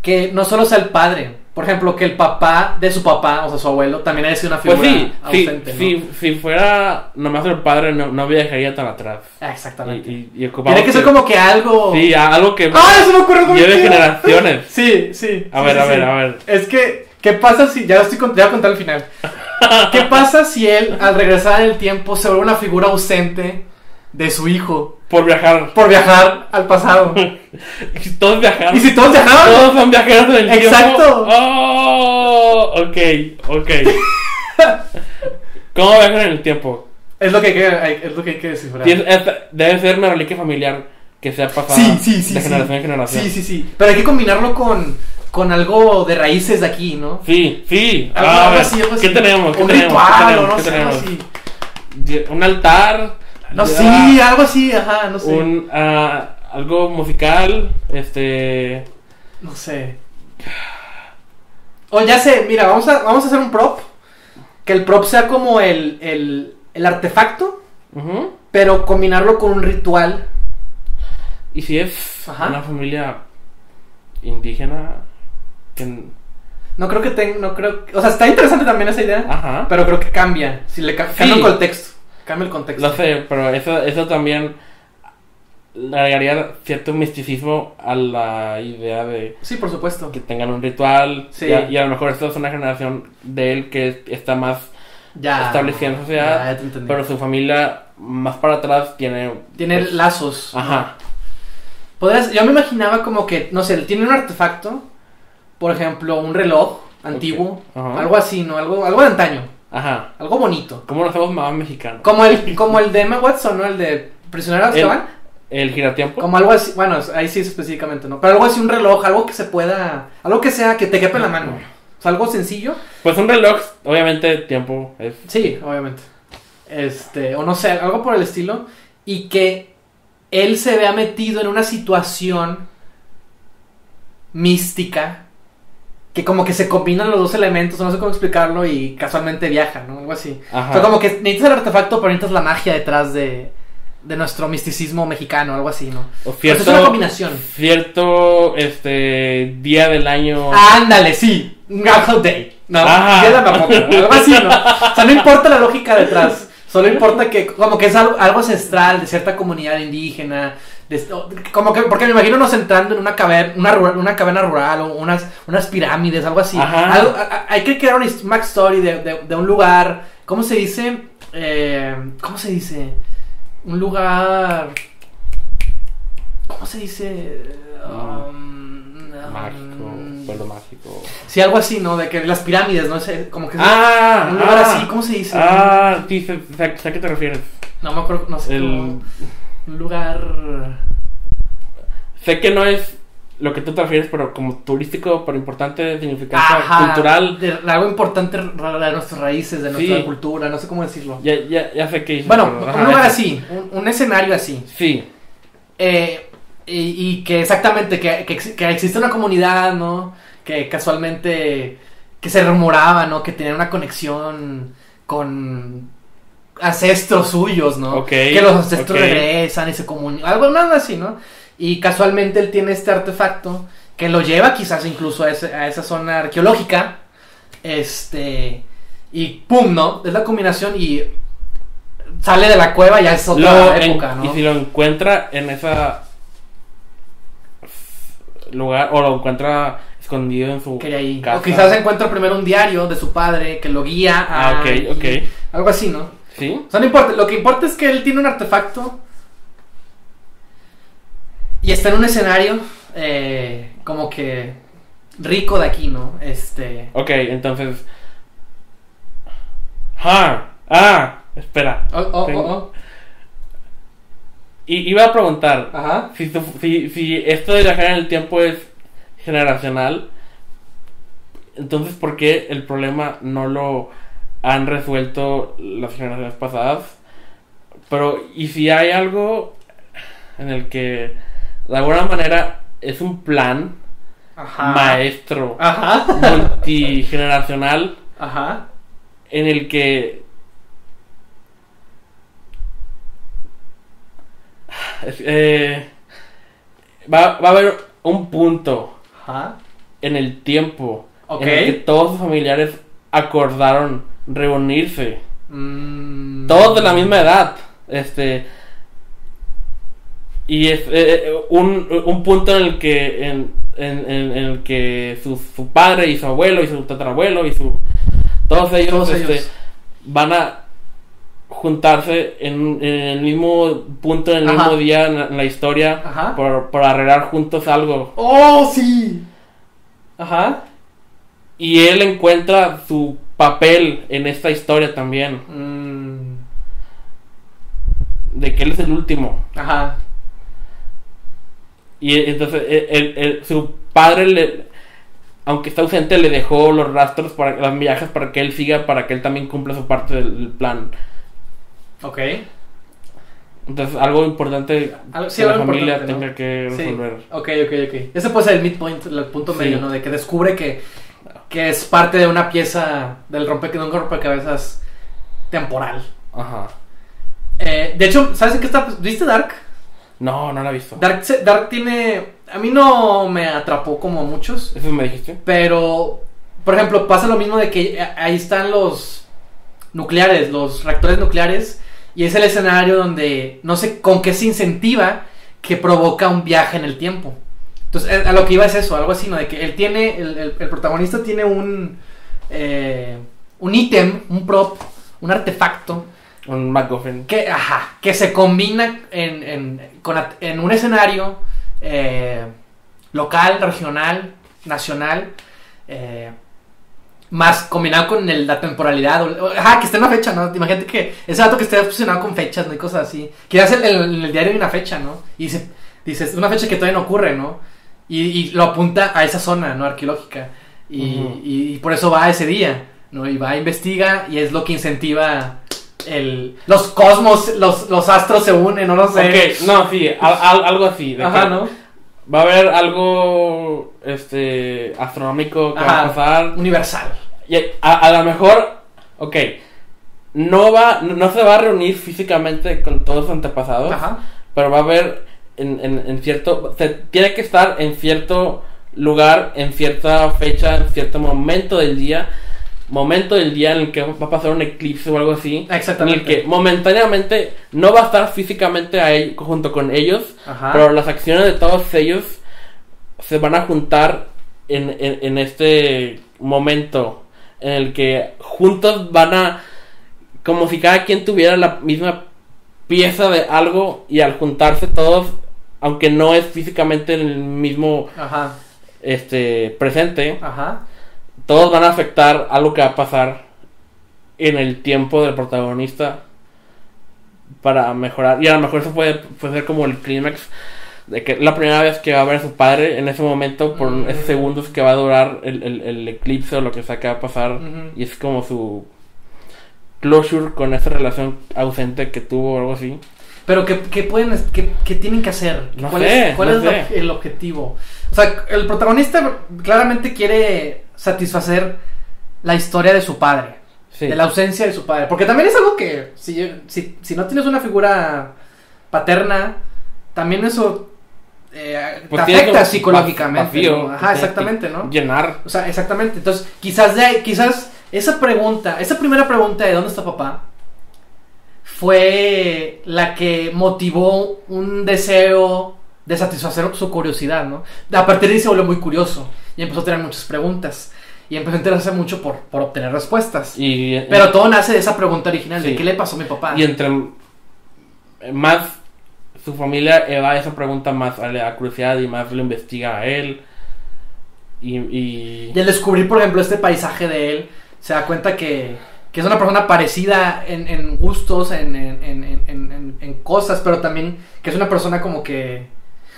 S2: que no solo sea el padre. Por ejemplo, que el papá de su papá, o sea, su abuelo, también haya sido una
S1: Pues
S2: figura
S1: sí, sí,
S2: ausente, ¿no?
S1: sí, si fuera nomás el padre no, no viajaría tan atrás.
S2: Ah,
S1: Y,
S2: Exactamente.
S1: y- y ocupamos
S2: Tiene que ser como que algo...
S1: Sí, a- algo que...
S2: ¡Ah, eso me ocurrió con mi
S1: lleve
S2: tío!
S1: generaciones.
S2: Sí, sí.
S1: A
S2: sí,
S1: ver,
S2: sí,
S1: a
S2: sí.
S1: ver, a ver.
S2: Es que, ¿qué pasa si... Ya lo estoy cont- ya voy a contar al final. ¿Qué pasa si él, al regresar en el tiempo, se vuelve una figura ausente de su hijo
S1: Por viajar.
S2: por viajar al pasado?
S1: Todos viajaron.
S2: ¿Y si todos viajaron?
S1: Todos son viajeros del tiempo.
S2: Exacto.
S1: Oh, ok, ok. ¿Cómo viajan en el tiempo?
S2: Es lo que hay que, es lo que, hay que descifrar.
S1: Tien- esta- debe ser una reliquia familiar que sea pasada
S2: Sí, sí, sí.
S1: de
S2: sí.
S1: generación en generación.
S2: Sí, sí, sí. Pero hay que combinarlo con, con algo de raíces de aquí, ¿no?
S1: Sí, sí.
S2: Algo,
S1: Ah, a
S2: algo
S1: ver,
S2: así, algo
S1: ¿Qué
S2: así.
S1: tenemos? ¿Qué
S2: Un
S1: tenemos? ¿Qué
S2: ritual o
S1: tenemos?
S2: no
S1: ¿Qué
S2: sé, algo
S1: tenemos?
S2: así.
S1: Ye- Un altar.
S2: No,
S1: ya,
S2: sí, algo así, ajá, no sé.
S1: Un, ah, algo musical. Este.
S2: No sé. O ya sé, mira, vamos a, vamos a hacer un prop. Que el prop sea como el, el, el artefacto,
S1: ujú.
S2: pero combinarlo con un ritual.
S1: Y si es
S2: Ajá.
S1: una familia indígena. que-
S2: No creo que tenga, no creo que- O sea, está interesante también esa idea,
S1: Ajá.
S2: pero creo que cambia. Si le ca-
S1: Sí.
S2: cambia el contexto. Cambia el contexto.
S1: Lo sé, pero eso, eso también le agregaría cierto misticismo a la idea de
S2: Sí, por supuesto.
S1: que tengan un ritual.
S2: Sí.
S1: Y, a, y a lo mejor esto es una generación de él que está más.
S2: Ya.
S1: Establecida en sociedad,
S2: Ya, ya te entendí.
S1: Pero su familia más para atrás tiene.
S2: Tiene
S1: pues,
S2: lazos.
S1: Ajá.
S2: Podrías- yo me imaginaba como que, no sé, tiene un artefacto, por ejemplo, un reloj antiguo,
S1: Ok, ajá.
S2: algo así, ¿no? Algo, algo de antaño,
S1: Ajá.
S2: algo bonito.
S1: ¿Cómo lo hacemos más mexicano?
S2: Como el, como el de Emma Watson, ¿no? El de Prisionero de
S1: El-
S2: Azkaban.
S1: ¿El giratiempo?
S2: Como algo así, bueno, ahí sí específicamente, ¿no? Pero algo así, un reloj, algo que se pueda, algo que sea, que te quepe en la mano. O sea, algo sencillo.
S1: Pues un reloj, obviamente, tiempo es.
S2: Sí, obviamente. Este, o no sé, algo por el estilo. Y que él se vea metido en una situación mística. Que como que se combinan los dos elementos, no sé cómo explicarlo, y casualmente viaja, ¿no? Algo así.
S1: Ajá.
S2: O sea, como que necesitas el artefacto, pero necesitas la magia detrás de, de nuestro misticismo mexicano, algo así, ¿no?
S1: O
S2: Pues
S1: cierto,
S2: es una combinación.
S1: cierto este día del año.
S2: Ah, Ándale, sí. Gajo Day. No,
S1: Ajá.
S2: queda mamón, Algo así, ¿no? O sea, no importa la lógica detrás. Solo importa que, como que es algo, algo ancestral de cierta comunidad indígena. de- o- como que, porque me imagino nos entrando en una caverna, una, rural- una caverna rural o unas, unas pirámides, algo así.
S1: Ajá.
S2: Algo- a- a- hay que crear una hist- backstory de, de, de un lugar. ¿Cómo se dice? Eh, ¿Cómo se dice? Un lugar. ¿Cómo se dice?
S1: Ah.
S2: Um,
S1: Mágico,
S2: um,
S1: pueblo mágico.
S2: Sí, algo así, ¿no? De que las pirámides, ¿no? sé, como que...
S1: Ah,
S2: un lugar
S1: ah,
S2: así, ¿cómo se dice?
S1: Ah, sí, sé, sé- sé a qué te refieres.
S2: no me acuerdo, no sé.
S1: El-
S2: como Un lugar...
S1: Sé que no es lo que tú te refieres, pero como turístico, pero importante de significancia
S2: Ajá,
S1: cultural.
S2: De, de algo importante ra- de nuestras raíces, de nuestra
S1: Sí.
S2: cultura, no sé cómo decirlo.
S1: Ya, ya, ya sé qué dices,
S2: Bueno,
S1: pero, ajá,
S2: un lugar
S1: ese.
S2: así, un, un escenario así.
S1: Sí,
S2: Eh, y, y que exactamente, que, que, ex- que existe una comunidad, ¿no? Que casualmente, que se rumoraba, ¿no? Que tenía una conexión con ancestros suyos, ¿no?
S1: Ok,
S2: Que los ancestros
S1: ok.
S2: regresan y se comunican, algo nada así, ¿no? Y casualmente él tiene este artefacto que lo lleva quizás incluso a, ese- a esa zona arqueológica, este, y pum, ¿no? Es la combinación y sale de la cueva, ya es
S1: Lo
S2: otra
S1: en-
S2: época, ¿no?
S1: Y si lo encuentra en esa lugar o lo encuentra escondido en su
S2: que hay ahí.
S1: casa.
S2: O quizás encuentra primero un diario de su padre que lo guía a...
S1: Ah, ok, ok.
S2: Algo así, ¿no?
S1: ¿Sí?
S2: O sea, no importa. Lo que importa es que él tiene un artefacto. Y está en un escenario. eh, como que. Rico de aquí, ¿no? Este.
S1: Ok, entonces. Ah, ah, espera.
S2: Oh, oh, oh, oh.
S1: I- iba a preguntar
S2: Ajá.
S1: si, tu- si, si esto de viajar en el tiempo es generacional. Entonces, ¿por qué el problema no lo han resuelto las generaciones pasadas? Pero, ¿y si hay algo en el que de alguna manera es un plan
S2: Ajá.
S1: maestro
S2: Ajá.
S1: multigeneracional
S2: Ajá.
S1: en el que Es- eh, va, va a haber un punto
S2: Ajá.
S1: en el tiempo
S2: Ok.
S1: en el que todos sus familiares acordaron reunirse
S2: Mm.
S1: todos de la misma edad este y es eh, eh, un, un punto en el que en, en- en- en el que su, su padre y su abuelo y su tatarabuelo y su todos ellos,
S2: Todos
S1: este,
S2: ellos.
S1: van a juntarse en, en el mismo punto, en el
S2: Ajá.
S1: mismo día en la, en la historia
S2: Ajá.
S1: por, por arreglar juntos algo.
S2: ¡Oh, sí! Ajá.
S1: Y él encuentra su papel en esta historia también,
S2: Mm.
S1: de que él es el último.
S2: Ajá.
S1: Y e- entonces e- el- el- su padre, le, aunque está ausente, le dejó los rastros, para, las migajas para que él siga, para que él también cumpla su parte del, del plan.
S2: Ok.
S1: Entonces algo importante
S2: Algo- sí,
S1: que la
S2: algo
S1: familia
S2: importante, ¿no?
S1: tenga que
S2: Sí.
S1: resolver.
S2: Ok, ok, ok. Ese puede ser el midpoint, el punto
S1: Sí.
S2: medio, ¿no? De que descubre que, que es parte de una pieza del rompe, de un rompecabezas temporal.
S1: Ajá.
S2: Eh, de hecho, ¿sabes qué está? ¿Viste Dark?
S1: No, no la he visto.
S2: Dark, se- Dark tiene... A mí no me atrapó como a muchos,
S1: ¿Eso me dijiste?
S2: pero, por ejemplo, pasa lo mismo de que a- ahí están los nucleares, los reactores nucleares, y es el escenario donde no sé con qué se incentiva que provoca un viaje en el tiempo. Entonces, eh, a- a lo que iba es eso, algo así, ¿no? De que él tiene, el, el- el protagonista tiene un, eh, un ítem, un prop, un artefacto,
S1: Un MacGuffin.
S2: que, ajá, que se combina en, en- con at- en un escenario eh, local, regional, nacional, eh, más combinado con el- la temporalidad. o- o- Ajá, que esté en una fecha, ¿no? Imagínate que ese dato que esté obsesionado con fechas, ¿no? Y cosas así. Quizás en el, en el diario hay una fecha, ¿no? Y dice, dices, una fecha que todavía no ocurre, ¿no? Y, y lo apunta a esa zona, ¿no? Arqueológica. Y,
S1: Ujú.
S2: y- y por eso va ese día, ¿no? Y va, investiga y es lo que incentiva el, los cosmos, los, los astros se unen, no lo sé.
S1: Ok, no, sí, al- al- algo así. de
S2: Ajá,
S1: que
S2: ¿no?
S1: Va a haber algo este astronómico que va a
S2: Ajá.
S1: pasar.
S2: Universal.
S1: Y a, a lo mejor, ok, no va, no- no se va a reunir físicamente con todos sus antepasados,
S2: Ajá.
S1: pero va a haber en, en- en cierto, se tiene que estar en cierto lugar, en cierta fecha, en cierto momento del día, momento del día en el que va a pasar un eclipse o algo así. en el
S2: Exactamente.
S1: que momentáneamente no va a estar físicamente ahí junto con ellos,
S2: Ajá.
S1: pero las acciones de todos ellos se van a juntar en, en- en este momento en el que juntos van a, como si cada quien tuviera la misma pieza de algo y al juntarse todos, aunque no es físicamente en el mismo
S2: Ajá.
S1: este presente,
S2: Ajá.
S1: todos van a afectar algo que va a pasar en el tiempo del protagonista para mejorar. Y a lo mejor eso puede, puede ser como el clímax de que la primera vez que va a ver a su padre en ese momento, por
S2: Mm.
S1: esos segundos que va a durar el, el- el eclipse o lo que sea que va a pasar.
S2: Ujú.
S1: Y es como su closure con esa relación ausente que tuvo o algo así.
S2: Pero ¿qué, qué pueden, qué, qué tienen que hacer?
S1: No
S2: ¿Cuál
S1: sé,
S2: es, cuál
S1: no
S2: es la-
S1: sé.
S2: el objetivo? O sea, el protagonista claramente quiere satisfacer la historia de su padre.
S1: Sí.
S2: de la ausencia de su padre. Porque también es algo que, si, si, si no tienes una figura paterna, también eso eh,
S1: Pues
S2: te
S1: tiene
S2: afecta
S1: como
S2: psicológicamente.
S1: vacío,
S2: ¿no?
S1: que tiene
S2: Ajá,
S1: que
S2: exactamente, ¿no?
S1: Llenar.
S2: O sea, exactamente. Entonces, quizás de ahí- quizás esa pregunta, esa primera pregunta de dónde está papá, fue la que motivó un deseo de satisfacer su curiosidad, ¿no? A partir de ahí se volvió muy curioso y empezó a tener muchas preguntas y empezó a enterarse mucho por, por obtener respuestas.
S1: Y,
S2: Pero todo nace de esa pregunta original de
S1: Sí.
S2: qué le pasó a mi papá.
S1: y entre eh, más su familia evade esa pregunta, más a la curiosidad y más lo investiga a él. Y, y-
S2: Y al descubrir, por ejemplo, este paisaje de él, se da cuenta que, que es una persona parecida en, en gustos, en, en, en- en- en- en cosas, pero también que es una persona como que...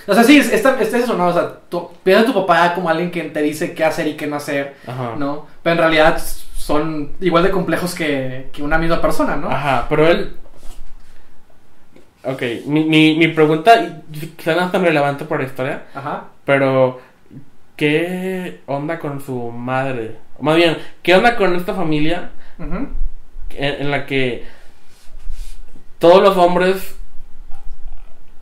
S2: O sea, sí, es, está- está eso, ¿no? O sea, tú, piensa a tu papá como alguien que te dice qué hacer y qué no hacer,
S1: ajá.
S2: ¿no? Pero en realidad son igual de complejos que, que una misma persona, ¿no?
S1: Ajá, pero él. Ok, mi, mi, mi pregunta y quizá no es tan relevante por la historia,
S2: Ajá.
S1: pero ¿qué onda con su madre? O Más bien, ¿qué onda con esta familia
S2: Ujú.
S1: en, en la que todos los hombres.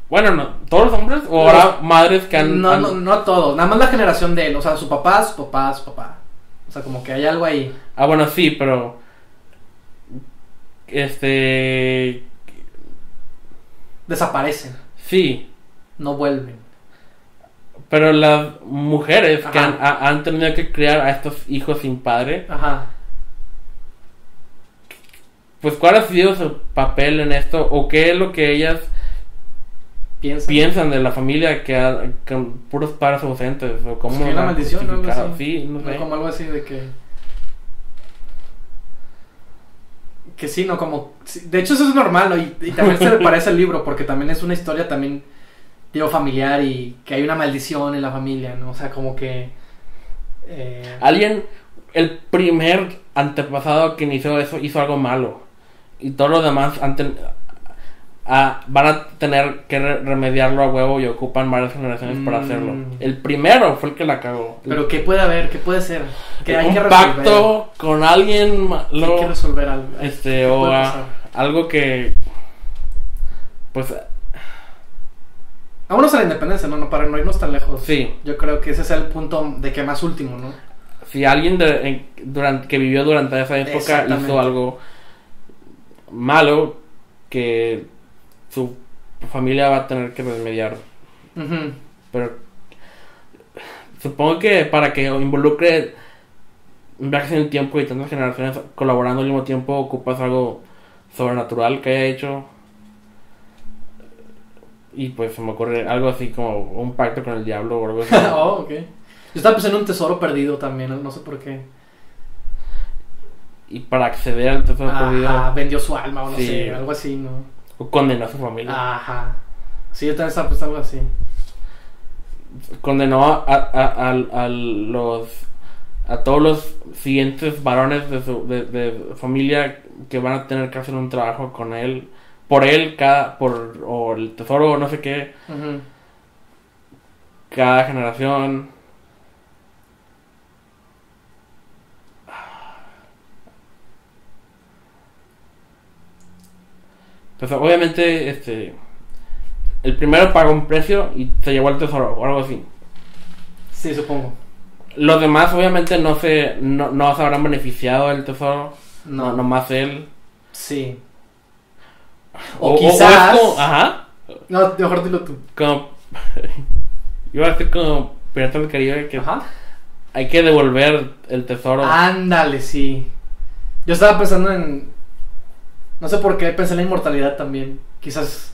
S1: Bueno, no, todos los hombres o habrá madres que han.
S2: No,
S1: han-
S2: no, no todos, nada más la generación de él, o sea, su papá, su papá, su papá. O sea, como que hay algo ahí.
S1: Ah, bueno, sí, pero. Este.
S2: Desaparecen,
S1: Sí,
S2: no vuelven.
S1: Pero las mujeres que
S2: Ajá.
S1: han, ha- han tenido que criar a estos hijos sin padre,
S2: Ajá.
S1: pues ¿cuál ha sido su papel en esto? ¿O qué es lo que ellas
S2: Piensa.
S1: piensan de la familia que ha- con puros padres ausentes? ¿O cómo
S2: Pues que una
S1: la han
S2: maldición, ¿no? Algo
S1: justificado?
S2: así.
S1: Sí, no
S2: No,
S1: sé.
S2: Como algo así de que. Que sí, no, como. sí, De hecho, eso es normal, ¿no? Y, y también se le parece al libro, porque también es una historia también, digo, familiar y que hay una maldición en la familia, ¿no? O sea, como que. eh,
S1: Alguien, el primer antepasado que inició eso, hizo algo malo. Y todos los demás han ten- ah, van a tener que re- remediarlo a huevo y ocupan varias generaciones para
S2: Mm.
S1: hacerlo. El primero fue el que la cagó. El
S2: pero ¿qué puede haber? ¿Qué puede ser? Que hay
S1: un
S2: que resolver.
S1: pacto con alguien ma-
S2: que
S1: lo-
S2: Hay que resolver algo.
S1: este
S2: ¿Qué
S1: o
S2: puede
S1: a-
S2: pasar?
S1: algo que pues
S2: Vámonos a la independencia, ¿no? no Para no irnos tan lejos.
S1: Sí.
S2: Yo creo que ese es el punto de que más último, ¿no?
S1: si alguien de- en- duran- que vivió durante esa época
S2: Exactamente.
S1: hizo algo malo que su familia va a tener que remediar
S2: Ujú.
S1: pero supongo que para que involucre viajes en el tiempo y tantas generaciones colaborando al mismo tiempo ocupas algo sobrenatural que haya hecho y pues se me ocurre algo así como un pacto con el diablo o algo así
S2: oh, ok. Yo estaba pensando en un tesoro perdido también, no- no sé por qué.
S1: y para acceder al tesoro
S2: Ajá,
S1: Ah, perdido
S2: vendió su alma o no
S1: Sí.
S2: sé, algo así, ¿no?
S1: o condenó a su familia
S2: Ajá. Sí, yo también estaba pensando algo así.
S1: condenó a, a- a- a los a todos los siguientes varones de su de, de familia que van a tener que hacer un trabajo con él por él cada por o el tesoro o no sé qué
S2: Ujú.
S1: cada generación pues obviamente este el primero pagó un precio y se llevó el tesoro o algo así
S2: Sí, supongo.
S1: Los demás obviamente no se, no, no se habrán beneficiado del tesoro,
S2: No,
S1: no, nomás él.
S2: Sí. O,
S1: es
S2: quizás.
S1: como- ah. ajá.
S2: No, mejor dilo tú.
S1: Como, iba a ser como Piratas del Caribe que
S2: Ajá. Ah,
S1: hay que devolver el tesoro.
S2: Ándale, sí. Yo estaba pensando en. No sé por qué pensé en la inmortalidad también. Quizás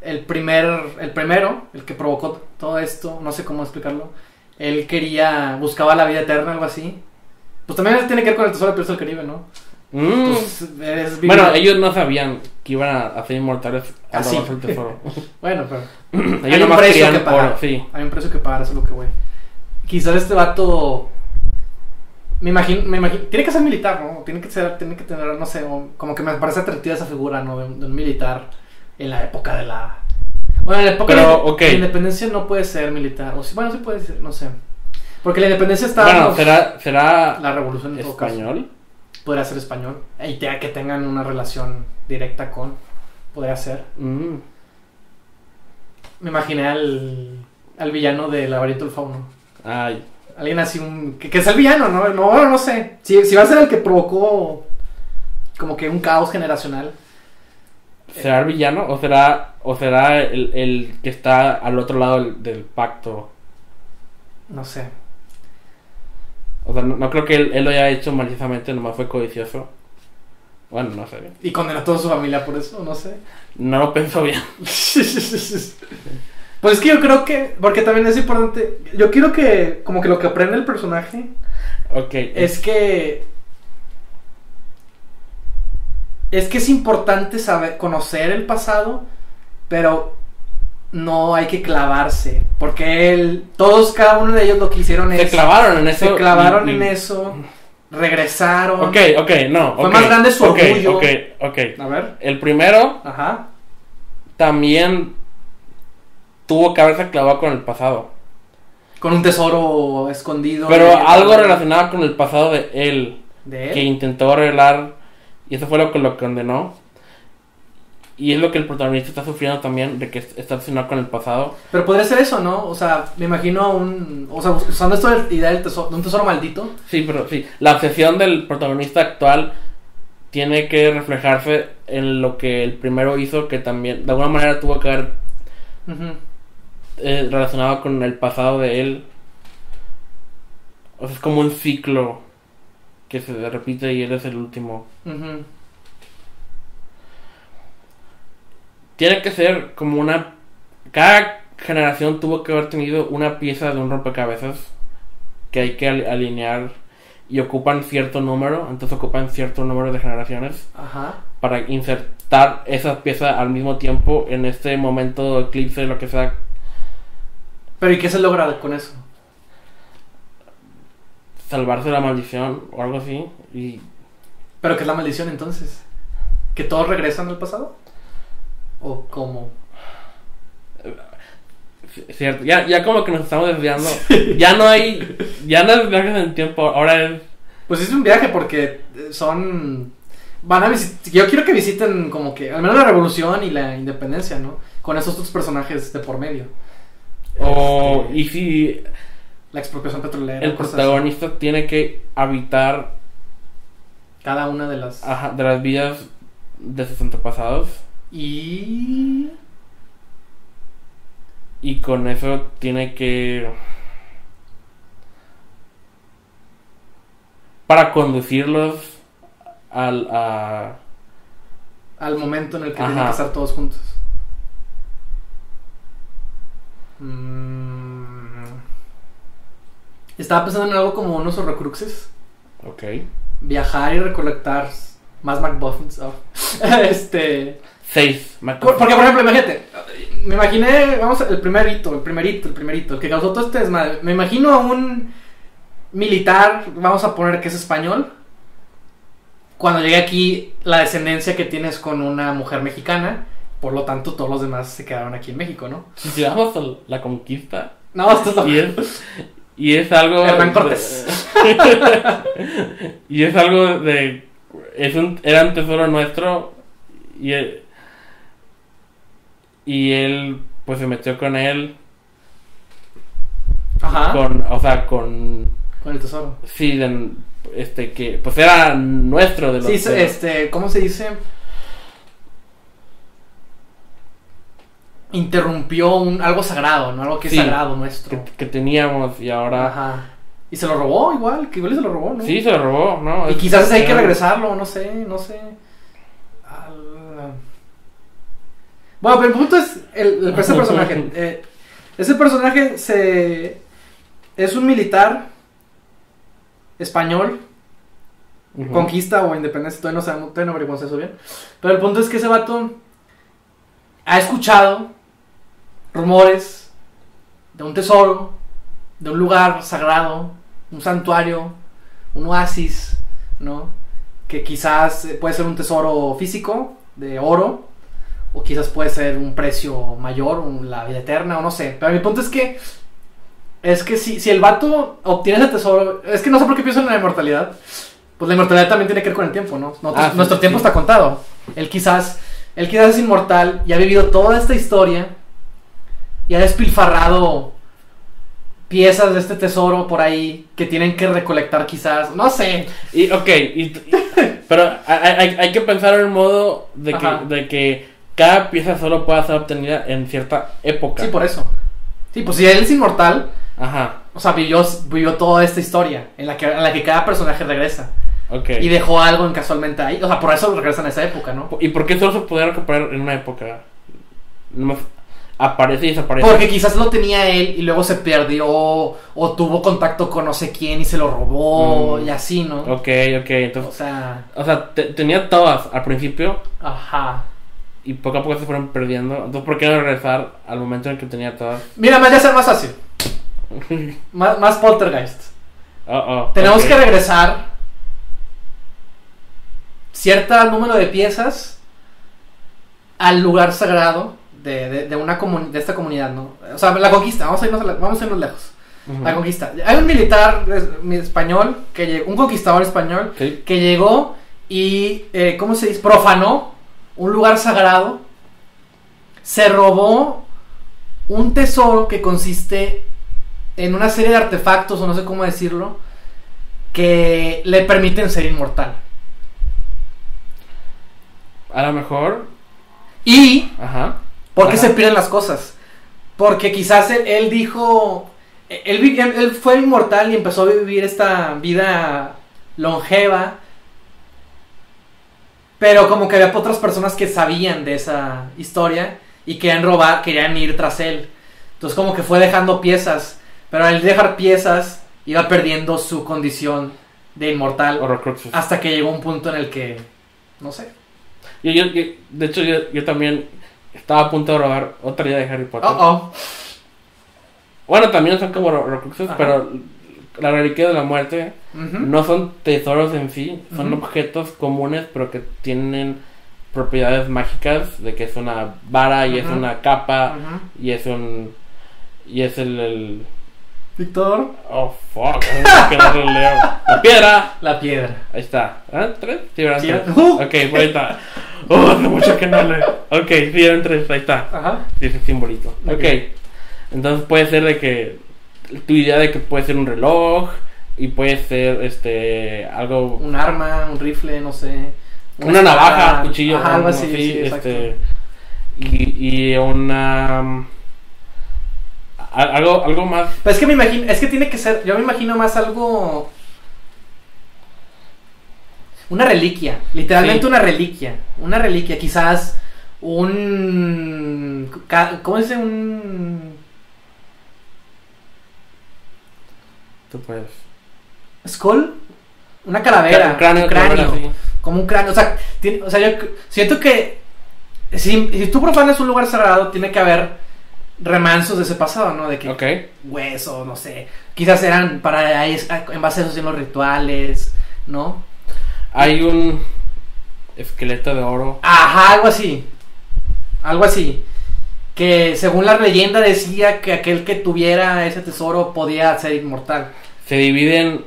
S2: el primer. El primero, el que provocó todo esto, no sé cómo explicarlo. Él quería. buscaba la vida eterna, algo así. Pues también tiene que ver con el tesoro de Piratas del Caribe, ¿no?
S1: Mm.
S2: Pues, es vivir-
S1: bueno, ellos no sabían que iban a hacer inmortales al
S2: Así.
S1: robarse el tesoro.
S2: Bueno, pero.
S1: ellos
S2: Hay un
S1: nomás
S2: precio
S1: querían
S2: que pagar.
S1: oro, sí.
S2: Hay un precio que pagar, eso es lo que voy. Quizás este vato. Me imagino, me imagino. Tiene que ser militar, ¿no? Tiene que ser, tiene que tener, no sé, un- como que me parece atractiva esa figura, ¿no? De un, de un militar en la época de la. Bueno, en la época
S1: Pero,
S2: de la
S1: ok.
S2: la independencia no puede ser militar. O sí, bueno, sí puede ser, no sé. Porque la independencia está.
S1: Bueno,
S2: pues,
S1: será, será
S2: La revolución en todo caso.
S1: español.
S2: podría ser español. Y te- que tengan una relación directa con, podría ser.
S1: Mm.
S2: Me imaginé al, al villano de Laberinto del Fauno.
S1: Ay,
S2: Alguien así, un, que, que es el villano, ¿no? No, no sé. Si, si va a ser el que provocó como que un caos generacional.
S1: ¿será el villano o será o será el, el que está al otro lado del, del pacto?
S2: No sé.
S1: O sea, no, no creo que él, él lo haya hecho maliciosamente, nomás fue codicioso. Bueno, no sé bien.
S2: Y condenó a toda su familia por eso, no sé.
S1: No lo pensó bien.
S2: pues es que yo creo que, porque también es importante, yo quiero que como que lo que aprende el personaje
S1: Ok.
S2: es que... Es que es importante saber, conocer el pasado, pero no hay que clavarse, porque él, todos, cada uno de ellos lo que hicieron
S1: se
S2: es...
S1: clavaron en eso.
S2: se clavaron
S1: y-
S2: en
S1: y-
S2: eso, regresaron.
S1: Ok, ok, no.
S2: Fue
S1: ok,
S2: más grande su
S1: ok,
S2: orgullo.
S1: Ok, ok.
S2: A ver,
S1: El primero
S2: ajá.
S1: también tuvo que haberse clavado con el pasado.
S2: Con un tesoro escondido.
S1: Pero
S2: de-
S1: algo relacionado con el pasado de él,
S2: De él.
S1: que intentó revelar, y eso fue lo que lo condenó. Y es lo que el protagonista está sufriendo también, de que está obsesionado con el pasado.
S2: Pero podría ser eso, ¿no? O sea, me imagino un. O sea, usando esto de la idea del tesoro, de un tesoro maldito.
S1: Sí, pero sí, la obsesión del protagonista actual tiene que reflejarse en lo que el primero hizo, que también de alguna manera tuvo que haber
S2: Ujú.
S1: eh, relacionado con el pasado de él. O sea, es como un ciclo que se repite y él es el último.
S2: Ujú.
S1: Tiene que ser como una... Cada generación tuvo que haber tenido una pieza de un rompecabezas que hay que al- alinear y ocupan cierto número, entonces ocupan cierto número de generaciones
S2: Ajá.
S1: para insertar esas piezas al mismo tiempo en este momento eclipse, lo que sea.
S2: Pero ¿y qué se logra con eso?
S1: Salvarse de la maldición o algo así. Y
S2: ¿Pero qué es la maldición entonces? ¿Que todos regresan al pasado? ¿O cómo?
S1: C- Cierto, ya, ya como que nos estamos desviando. Ya no hay. Ya no hay viajes en tiempo. Ahora es.
S2: Pues es un viaje porque eh, son. Van a visitar. Yo quiero que visiten, como que. Al menos la revolución y la independencia, ¿no? Con esos otros personajes de por medio.
S1: O.
S2: Este,
S1: Oh, Y si
S2: La expropiación petrolera.
S1: el
S2: cosas así.
S1: protagonista tiene que habitar
S2: Cada una de las.
S1: ajá, de las vidas de sus antepasados.
S2: Y.
S1: Y con eso tiene que. Para conducirlos al. A,
S2: al momento en el que
S1: Ajá.
S2: tienen que estar todos juntos. Mm. Estaba pensando en algo como unos horrocruxes.
S1: ok.
S2: Viajar y recolectar más McBuffins. oh. este.
S1: Seis. me acuerdo.
S2: Porque, por ejemplo, imagínate. Me imaginé, vamos, el primerito, el primerito, el primerito, el que causó todo este desmadre. Me imagino a un militar, vamos a poner que es español. Cuando llegue aquí, la descendencia que tienes con una mujer mexicana, por lo tanto, todos los demás se quedaron aquí en México, ¿no?
S1: Si llegamos a la conquista.
S2: No, esto es lo
S1: Y es, y es algo.
S2: Hernán Cortés.
S1: y es algo de. Es un, era un tesoro nuestro. Y él. Y él, pues se metió con él.
S2: Ajá. Con...
S1: Con. O sea, con.
S2: el tesoro.
S1: Sí, de- este que. Pues era nuestro de los.
S2: Sí, se-
S1: de-
S2: este, ¿cómo se dice? Interrumpió un, algo sagrado, ¿no? Algo que es
S1: Sí.
S2: sagrado nuestro.
S1: que, que teníamos y ahora.
S2: Ajá. Y se lo robó igual, que igual se lo robó, ¿no?
S1: Sí, se lo robó, ¿no?
S2: Y
S1: Es-
S2: quizás hay que
S1: era-
S2: regresarlo, no sé, no sé. Al- Bueno, pero el punto es el, el- ese personaje. eh, ese personaje se es un militar español,
S1: Ujú.
S2: conquista o independencia, todavía no sabemos, todavía no averiguamos eso bien. Pero el punto es que ese vato ha escuchado rumores de un tesoro, de un lugar sagrado, un santuario, un oasis, ¿no? Que quizás eh, puede ser un tesoro físico de oro, o quizás puede ser un precio mayor, un- la vida eterna, o no sé. Pero mi punto es que. Es que si, si el vato obtiene ese tesoro. Es que no sé por qué pienso en la inmortalidad. Pues la inmortalidad también tiene que ver con el tiempo, ¿no? Nosotros-
S1: Ah, sí,
S2: nuestro
S1: sí.
S2: tiempo está contado. Él quizás, él quizás es inmortal y ha vivido toda esta historia y ha despilfarrado piezas de este tesoro por ahí que tienen que recolectar quizás, no sé.
S1: Y, ok, y- y- pero hay, hay- hay que pensar en el modo de que,
S2: Ajá.
S1: de que cada pieza solo pueda ser obtenida en cierta época.
S2: Sí, por eso. Sí, pues si él es inmortal,
S1: Ajá,
S2: O sea, vivió, vivió toda esta historia en la, que, en la que cada personaje regresa.
S1: ok.
S2: Y dejó algo en casualmente ahí. O sea, por eso regresan a esa época, ¿no?
S1: ¿Y por qué solo se podía recuperar en una época? Nomás aparece y desaparece.
S2: Porque quizás lo tenía él y luego se perdió o tuvo contacto con no sé quién y se lo robó
S1: Mm.
S2: y así, ¿no?
S1: Ok, ok,
S2: O
S1: entonces...
S2: sea,
S1: O sea, te- tenía todas al principio
S2: ajá.
S1: y poco a poco se fueron perdiendo. Entonces, ¿por qué no regresar al momento en el que tenía todas?
S2: Mira, me voy a hacer más fácil. más, más poltergeist.
S1: Oh, oh,
S2: Tenemos
S1: ok.
S2: que regresar cierto número de piezas al lugar sagrado de, de- de una comun- de esta comunidad, ¿no? O sea, la conquista, vamos a irnos, a la- vamos a irnos lejos.
S1: Ujú.
S2: La conquista. Hay un militar es- español, que llegó, un conquistador español,
S1: Sí.
S2: que llegó y, eh, ¿cómo se dice? Profanó un lugar sagrado, se robó un tesoro que consiste en una serie de artefactos, o no sé cómo decirlo, que le permiten ser inmortal.
S1: A lo mejor...
S2: Y
S1: Ajá.
S2: ¿Por qué
S1: Ajá.
S2: se pierden las cosas? Porque quizás él, él dijo. Él, vi- él- él fue inmortal y empezó a vivir esta vida longeva. Pero como que había otras personas que sabían de esa historia y querían robar, querían ir tras él. Entonces como que fue dejando piezas. Pero al dejar piezas iba perdiendo su condición de inmortal.
S1: Horrocruxes.
S2: Hasta que llegó un punto en el que... No sé.
S1: Yo, yo- yo- de hecho, yo, yo también estaba a punto de robar otra idea de Harry
S2: Oh,
S1: Potter.
S2: oh.
S1: Bueno, también son como ro- Horcruxes,
S2: Ajá.
S1: pero la reliquia de la muerte
S2: Ujú.
S1: no son tesoros en sí, son
S2: Ujú.
S1: objetos comunes, pero que tienen propiedades mágicas, de que es una vara y es
S2: Ujú.
S1: una capa
S2: Ujú.
S1: y es un... Y es el... el-
S2: Víctor.
S1: Oh, fuck, que no lo leo. La piedra.
S2: La piedra.
S1: Ahí está. ¿Ah? ¿Tres? Sí, eran
S2: Sí,
S1: tres.
S2: eran- ¡Uh!
S1: Ok, pues ahí está. Oh, hace mucho que no leo. Ok, sí, eran tres. Ahí está.
S2: Ajá.
S1: Dice simbolito.
S2: Ok.
S1: ok. Entonces puede ser de que. Tu idea de que puede ser un reloj. Y puede ser este. Algo.
S2: Un arma, un rifle, no sé.
S1: Una navaja,
S2: espada,
S1: cuchillo.
S2: ajá, algo así. sí, exacto.
S1: este, y, y una. mm, a- Algo, algo más.
S2: Pero es que me imagino, es que tiene que ser, yo me imagino más algo... Una reliquia, literalmente
S1: Sí.
S2: una reliquia. Una reliquia, quizás un... ca- ¿Cómo dice? Un...
S1: Tú puedes.
S2: ¿Skull? Una calavera.
S1: Un cráneo,
S2: un cráneo.
S1: cráneo, sí.
S2: como un cráneo. O sea, tiene- o sea yo c- siento que si, si tú profanas un lugar sagrado, tiene que haber remansos de ese pasado, ¿no? De que
S1: Ok.
S2: hueso, no sé. Quizás eran para ahí, es- en base a eso, en los rituales, ¿no?
S1: Hay un. Esqueleto de oro.
S2: Ajá, algo así. Algo así. Que según la leyenda decía que aquel que tuviera ese tesoro podía ser inmortal.
S1: Se dividen.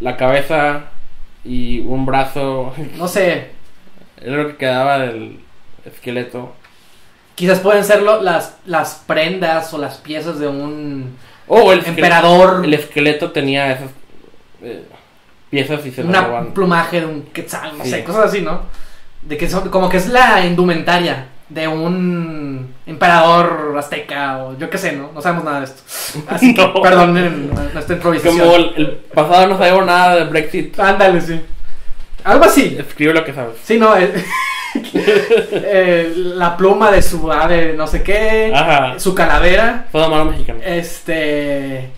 S1: La cabeza. Y un brazo.
S2: No sé.
S1: Era lo que quedaba del esqueleto.
S2: Quizás pueden ser lo- las, las prendas o las piezas de un
S1: Oh, el esqueleto,
S2: emperador.
S1: el esqueleto tenía esas eh, piezas y se las
S2: una, un
S1: roban.
S2: plumaje de un quetzal, no
S1: Sí.
S2: sé, cosas así, ¿no? De que son, como que es la indumentaria de un emperador azteca o yo qué sé, ¿no? No sabemos nada de esto. Así que,
S1: No.
S2: perdonen nuestra improvisación.
S1: Como el, el pasado no sabemos nada de Brexit.
S2: Ándale, sí. Algo así.
S1: Escribe lo que sabes.
S2: Sí, no, eh, eh, la pluma de su ave, no sé qué,
S1: Ajá.
S2: su calavera,
S1: Todo malo mexicano.
S2: este,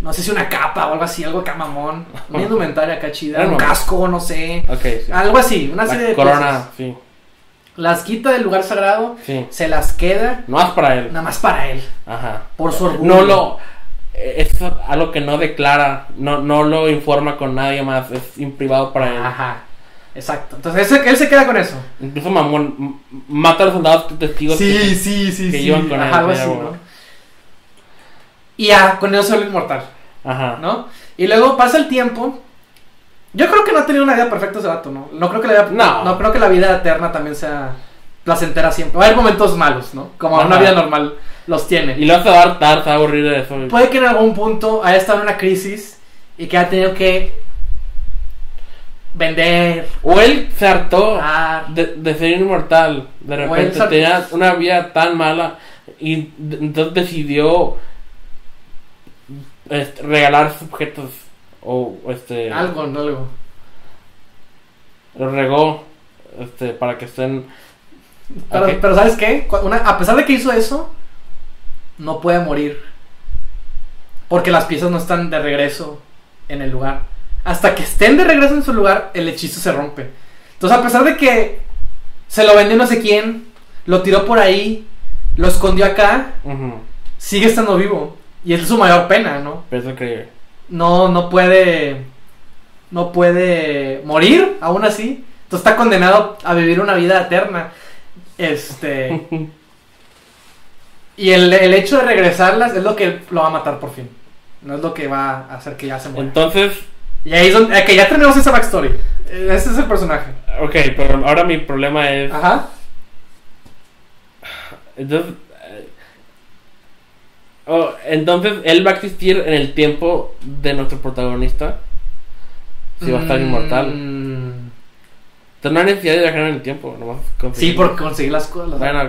S2: no sé si una capa o algo así, algo camamón, una indumentaria acá chida,
S1: Era
S2: un
S1: mamón.
S2: casco, no sé,
S1: Ok, sí.
S2: algo así, una serie
S1: La
S2: de
S1: corona, sí.
S2: piezas. Las quita del lugar sagrado,
S1: Sí.
S2: se las queda
S1: No es para él.
S2: nada más para él,
S1: Ajá.
S2: por su orgullo.
S1: No lo. eh, Es algo que no declara, no, no lo informa con nadie más, es imprivado para él.
S2: Ajá. Exacto. Entonces él se, él se queda con eso.
S1: Incluso Mamón m- mata a los soldados testigos. que-
S2: sí, sí,
S1: que iban con él,
S2: Ajá, algo
S1: ya,
S2: así,
S1: bueno.
S2: ¿no? Y ya, con eso se vuelve inmortal,
S1: Ajá.
S2: ¿no? Y luego pasa el tiempo Yo creo que no ha tenido una vida perfecta ese vato, ¿no? No creo que la vida,
S1: No.
S2: no. creo que la vida eterna también sea placentera siempre. Va a haber momentos malos, ¿no? Como
S1: Ajá.
S2: una vida normal los tiene.
S1: Y lo vas a dar tarde, a aburrir de eso.
S2: Puede que en algún punto haya estado en una crisis y que haya tenido que vender,
S1: O él se hartó
S2: dar.
S1: de, de ser inmortal. De
S2: Ah. él
S1: repente
S2: se-
S1: tenía una vida tan mala y de- entonces decidió este, regalar objetos o este
S2: Algo, no algo.
S1: lo regó este para que estén
S2: Pero,
S1: Ok.
S2: pero ¿sabes qué? Cu- una- a pesar de que hizo eso, no puede morir. Porque las piezas no están de regreso en el lugar. Hasta que estén de regreso en su lugar, el hechizo se rompe. Entonces, a pesar de que se lo vendió no sé quién, lo tiró por ahí, lo escondió acá,
S1: Ujú,
S2: sigue estando vivo. Y es su mayor pena, ¿no?
S1: pero es increíble.
S2: No, no puede. No puede morir, aún así. Entonces está condenado a vivir una vida eterna. Este. Y el, el hecho de regresarlas es lo que lo va a matar por fin. No es lo que va a hacer que ya se muera.
S1: entonces
S2: Y ahí es donde. ok, ya tenemos esa backstory. Eh, Ese es el personaje.
S1: ok pero ahora mi problema es
S2: Ajá.
S1: Entonces, eh, oh, entonces él va a existir en el tiempo de nuestro protagonista. Si va a estar
S2: Mm,
S1: inmortal. Entonces no hay necesidad de viajar en el tiempo, nomás
S2: Sí,
S1: conseguir-
S2: por conseguir las cosas. Bueno,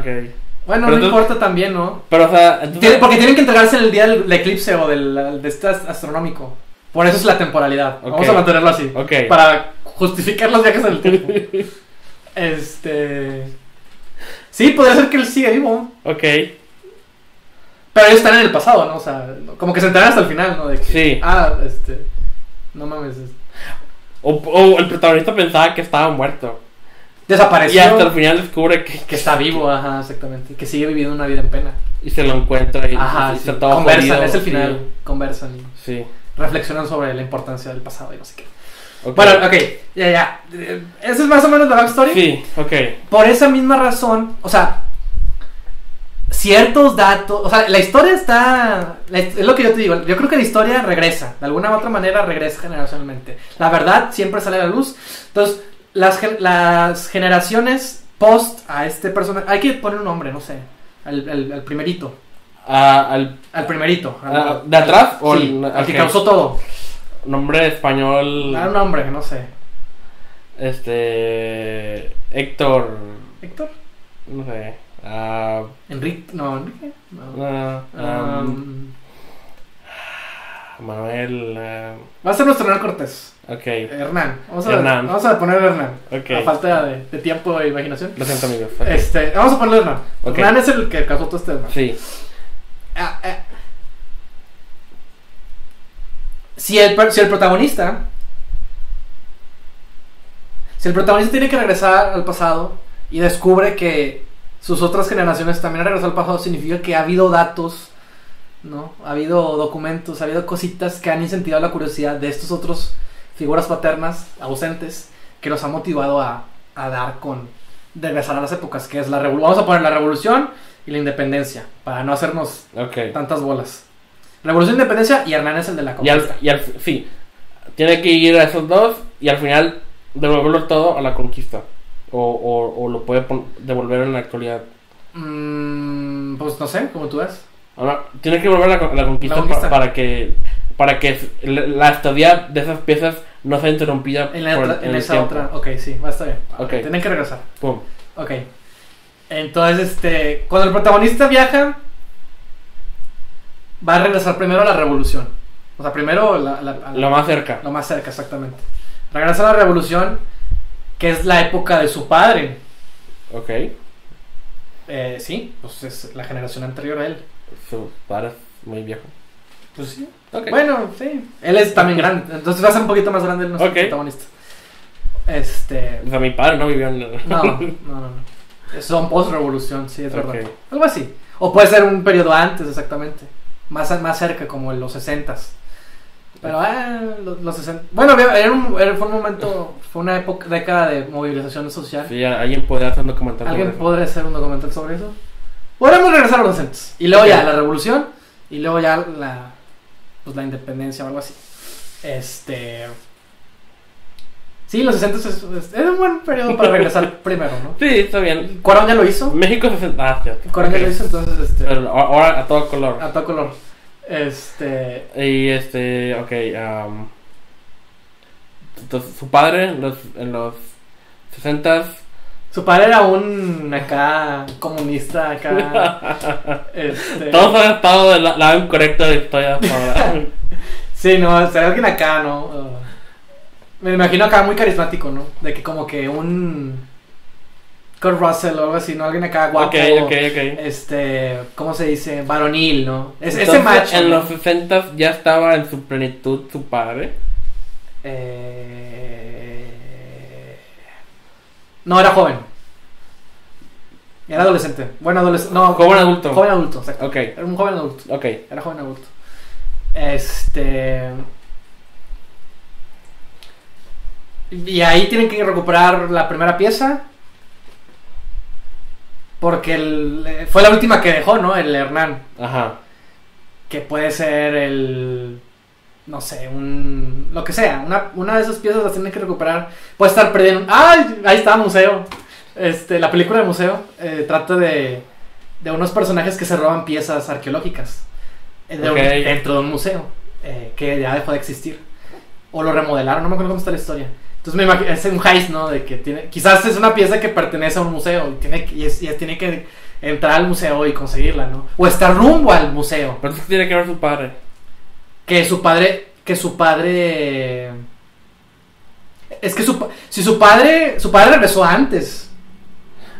S1: Bueno, ok.
S2: no
S1: pero tú-
S2: importa también, ¿no?
S1: Pero, o sea, entonces-
S2: Tiene- porque tienen que entregarse en el día del, del eclipse o del, de este ast- astronómico. Por eso es la temporalidad. Vamos
S1: Ok.
S2: a mantenerlo así.
S1: Ok.
S2: Para justificar los viajes en el tiempo. este. Sí, podría ser que él siga vivo.
S1: Ok.
S2: Pero ellos están en el pasado, ¿no? O sea, como que se enteran hasta el final, ¿no? De que,
S1: Sí.
S2: Ah, este. No mames. es-
S1: O, o el protagonista pensaba que estaba muerto. Y
S2: Desapareció.
S1: hasta el final descubre que,
S2: Que está vivo, ajá, exactamente. Que sigue viviendo una vida en pena.
S1: y se lo encuentra y,
S2: Ajá,
S1: y
S2: sí.
S1: está todo
S2: Conversan,
S1: jodido,
S2: es el
S1: sí.
S2: final. Conversan y
S1: Sí.
S2: reflexionan sobre la importancia del pasado y no sé qué.
S1: Ok.
S2: Bueno, ok, ya, ya. Eh, Esa es más o menos la backstory.
S1: Sí, ok.
S2: Por esa misma razón, o sea, ciertos datos, o sea, la historia está, la his- es lo que yo te digo, yo creo que la historia regresa, de alguna u otra manera regresa generacionalmente. La verdad siempre sale a la luz. Entonces, las, gen- las generaciones post a este personaje, hay que poner un nombre, no sé, al, al- al primerito,
S1: Ah, al
S2: al primerito. al-
S1: Ah, ¿de atrás o
S2: Sí,
S1: el-
S2: al que
S1: ok.
S2: causó todo.
S1: nombre español.
S2: Dar un nombre, Ah, no sé.
S1: Este. Héctor.
S2: Héctor.
S1: No sé. ah,
S2: Enrique, no, Enrique. No.
S1: ah, ah,
S2: Um,
S1: Manuel. ah,
S2: Va a ser nuestro Hernán Cortés.
S1: ok,
S2: Hernán. Vamos a,
S1: Hernán.
S2: Vamos a poner Hernán.
S1: ok.
S2: A Eh, falta de, de tiempo e imaginación.
S1: Lo siento, amigos. ok.
S2: Este, vamos a ponerle Hernán.
S1: Ok.
S2: Hernán es el que causó todo este desmadre.
S1: Sí,
S2: Ah, ah. Si, el, per- si el protagonista. Si el protagonista tiene que regresar al pasado y descubre que sus otras generaciones también han regresado al pasado, significa que ha habido datos, ¿no? Ha habido documentos, ha habido cositas que han incentivado la curiosidad de estos otros figuras paternas ausentes que los ha motivado a, a dar con regresar a las épocas, que es la revolución. Vamos a poner la revolución y la independencia, para no hacernos
S1: ok.
S2: tantas bolas. Revolución de Independencia y Hernán es el de la
S1: Y al,
S2: conquista.
S1: y al. Sí. Tiene que ir a esos dos y al final devolverlo todo a la conquista. O, o, o lo puede pon- devolver en la actualidad.
S2: Mm, pues no sé, como tú ves.
S1: Ahora, tiene que volver a la, con- a la conquista,
S2: La
S1: pa-
S2: conquista.
S1: Para, que. Para que la la estadía de esas piezas no sea interrumpida
S2: En, la
S1: por-
S2: otra- en
S1: el
S2: esa
S1: tiempo.
S2: otra. Ok, sí, va, está bien.
S1: Ok.
S2: Tienen que regresar.
S1: Pum.
S2: Ok. Entonces, este. Cuando el protagonista viaja, va a regresar primero a la revolución. O sea, primero la- la- a la-
S1: Lo más cerca.
S2: lo más cerca, exactamente. Regresa a la revolución, que es la época de su padre.
S1: Ok.
S2: Eh, sí, pues es la generación anterior a él.
S1: Su padre es muy viejo.
S2: Pues sí.
S1: Ok.
S2: Bueno, sí. Él es también grande. Entonces va a ser un poquito más grande el nuestro
S1: Ok.
S2: protagonista. Este.
S1: O sea, mi padre no vivió en el...
S2: No, no, no. no. Son post-revolución, sí, es
S1: Ok.
S2: verdad. Algo así. O puede ser un periodo antes, exactamente. Más, a- más cerca, como en los 60 Pero, ah, los, los 60. Bueno, había- era un- era- fue un momento. Fue una época, década de movilización social.
S1: Sí, alguien podría hacer un documental sobre
S2: ¿Alguien
S1: eso.
S2: podría hacer un documental sobre eso? Podríamos regresar a los 60 Y luego
S1: Ok.
S2: ya la revolución. Y luego ya la. Pues la independencia o algo así. Este. Sí, los 60 es, es- era un buen periodo para regresar primero, ¿no?
S1: Sí, está bien.
S2: Cuarón ya lo hizo.
S1: México 60. Ah, cierto.
S2: Cuarón ya
S1: Ok.
S2: lo hizo, entonces, este,
S1: Pero ahora a todo color.
S2: a todo color. Este,
S1: Y este, ok. am, entonces, su padre en los, en los 60
S2: su padre era un acá comunista, acá. este,
S1: Todos han estado del la- lado incorrecto de la historia hasta ahora.
S2: Sí, no, o sea, alguien acá, ¿no? Uh, me imagino acá muy carismático, ¿no? De que como que un Kurt Russell o algo así, ¿no? Alguien acá guapo.
S1: ok, ok, ok.
S2: Este, ¿cómo se dice? Varonil, ¿no? Es, ese
S1: Entonces,
S2: macho.
S1: En
S2: ¿no?
S1: los 60 ya estaba en su plenitud su padre.
S2: Eh, No, era joven. Era adolescente. Bueno, adolescente. No,
S1: Joven adulto.
S2: Joven adulto, exacto.
S1: Ok,
S2: Era un joven adulto.
S1: ok.
S2: Era joven adulto. Este. Y ahí tienen que recuperar la primera pieza. Porque el- fue la última que dejó, ¿no? El Hernán.
S1: Ajá.
S2: Que puede ser el. No sé, un. Lo que sea. Una, una de esas piezas las tienen que recuperar. Puede estar perdiendo. ¡Ay! Ahí está, museo. Este, la película de museo eh, trata de, de unos personajes que se roban piezas arqueológicas eh, de un-
S1: Ok.
S2: dentro de un museo eh, que ya dejó de existir. O lo remodelaron, no me acuerdo cómo está la historia. Entonces me imagino, es un heist, ¿no? De que tiene, quizás es una pieza que pertenece a un museo y, tiene, que- y, es- y tiene que entrar al museo y conseguirla, ¿no? O estar rumbo al museo.
S1: Pero eso tiene que ver su padre.
S2: Que su padre. Que su padre. Es que su, pa- si su padre. Su padre regresó antes.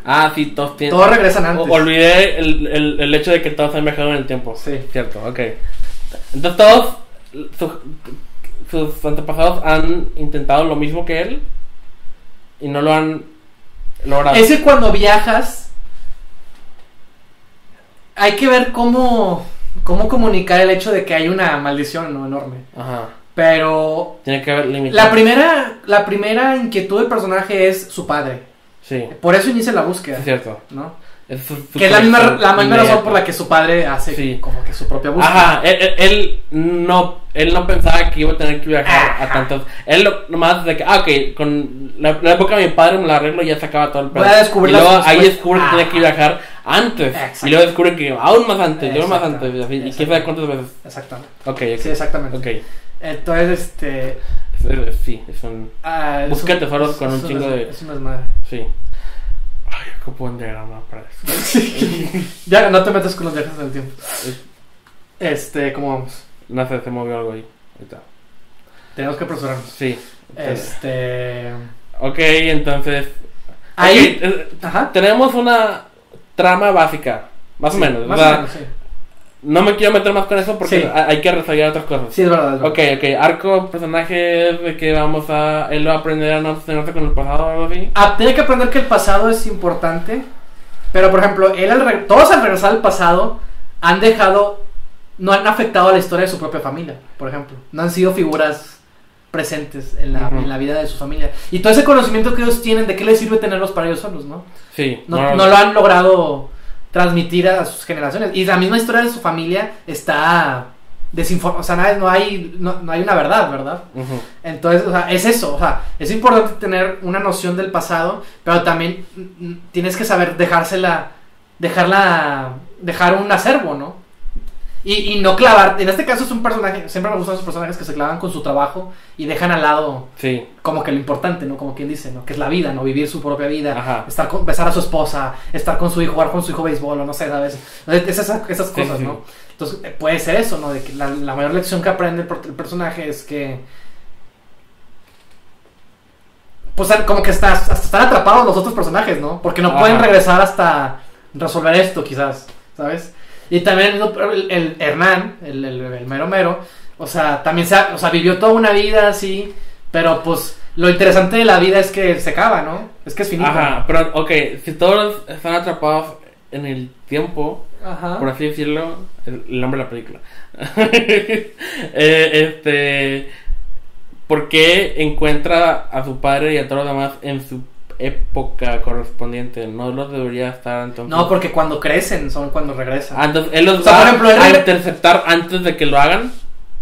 S1: Ah, sí, todos tienen.
S2: Todos regresan
S1: O-
S2: antes.
S1: olvidé el, el, el hecho de que todos han viajado en el tiempo.
S2: Sí.
S1: Cierto, ok. Entonces todos sus, sus antepasados han intentado lo mismo que él y no lo han logrado.
S2: Es que cuando viajas. Hay que ver cómo. Cómo comunicar el hecho de que hay una maldición ¿no? enorme.
S1: Ajá.
S2: Pero.
S1: Tiene que haber limitado.
S2: La primera. La primera inquietud del personaje es su padre.
S1: Sí,
S2: Por eso inicia la
S1: es
S2: búsqueda.
S1: cierto.
S2: ¿no?
S1: Es su- su
S2: Que es la misma,
S1: conexión
S2: la misma razón por la
S1: inmediata.
S2: que su padre hace
S1: Sí.
S2: como que su propia búsqueda.
S1: Ajá, él, él- él no él no pensaba que iba a tener que viajar a tantos. Él lo, nomás de que, ah, ok, con la, la época de mi padre me la arreglo y ya se acaba todo el
S2: Voy a
S1: pedo.
S2: descubrir
S1: y
S2: las
S1: luego ahí
S2: respuestas.
S1: descubre que tiene que
S2: Ah.
S1: viajar antes.
S2: Exacto.
S1: Y luego descubre que aún más antes, y aún más
S2: Exacto.
S1: antes. Y, así, y quién
S2: Exacto.
S1: sabe cuántas veces.
S2: Exactamente.
S1: Ok,
S2: Sí,
S1: ok.
S2: exactamente.
S1: Ok,
S2: Entonces, este.
S1: Es- es- sí, es un.
S2: ah, es
S1: Busca
S2: un-
S1: tesoros con un
S2: es
S1: chingo de-
S2: Es un desmadre.
S1: Sí. Ay, ocupo un diagrama para eso.
S2: ya no te metas con los viajes del tiempo. Este, ¿cómo vamos?
S1: No sé, se movió algo ahí. Ahorita.
S2: Tenemos que apresurarnos.
S1: Sí.
S2: Este.
S1: Ok, entonces.
S2: Ahí.
S1: Ok, eh,
S2: Ajá.
S1: tenemos una trama básica. Más
S2: Sí,
S1: o menos.
S2: Más
S1: o sea,
S2: o menos, sí.
S1: No me quiero meter más con eso porque
S2: Sí.
S1: ha- hay que resolver otras cosas.
S2: Sí, es verdad. es verdad.
S1: Ok, ok. Arco, personaje de que vamos a. Él va a aprender a no obsesionarse con el pasado o algo así.
S2: Ah, tiene que aprender que el pasado es importante. Pero, por ejemplo, él al re- todos al regresar al pasado han dejado. No han afectado a la historia de su propia familia, por ejemplo. No han sido figuras presentes en la,
S1: Ujú.
S2: en la vida de su familia. Y todo ese conocimiento que ellos tienen, ¿de qué les sirve tenerlos para ellos solos, no?
S1: Sí.
S2: No, no lo han logrado transmitir a sus generaciones. Y la misma historia de su familia está desinformada. O sea, nada- no hay, no, no hay una verdad, ¿verdad?
S1: Ujú.
S2: Entonces, o sea, es eso, o sea, es importante tener una noción del pasado, pero también mm, mm, tienes que saber dejársela, dejarla, dejar un acervo, ¿no? Y, y no clavar, en este caso es un personaje, siempre me gustan los personajes que se clavan con su trabajo y dejan al lado
S1: Sí.
S2: como que lo importante, ¿no? Como quien dice, ¿no? Que es la vida, ¿no? Vivir su propia vida,
S1: Ajá.
S2: estar con, besar a su esposa, estar con su hijo, jugar con su hijo béisbol, o no sé, ¿sabes? Es- Esas, esas
S1: Sí,
S2: cosas,
S1: sí,
S2: ¿no? Entonces, eh, puede ser eso, ¿no? De que la, la mayor lección que aprende el, pro- el personaje es que... Pues al- como que estás, hasta están atrapados los otros personajes, ¿no? Porque no pueden
S1: Ajá.
S2: regresar hasta resolver esto, quizás, ¿sabes? Y también el, el- el Hernán, el, el- el mero mero, o sea, también se, ha- o sea, vivió toda una vida así, pero pues lo interesante de la vida es que se acaba, ¿no? Es que es finita.
S1: Ajá. Pero, ok. Si todos están atrapados en el tiempo,
S2: Ajá.
S1: por así decirlo, el, el nombre de la película. Eh, este. ¿Por qué encuentra a su padre y a todos los demás en su época correspondiente? ¿No los debería estar entonces?
S2: No, porque cuando crecen son cuando regresan.
S1: Ah, entonces él los
S2: O sea,
S1: va
S2: por ejemplo, él
S1: a
S2: reg-
S1: interceptar antes de que lo hagan.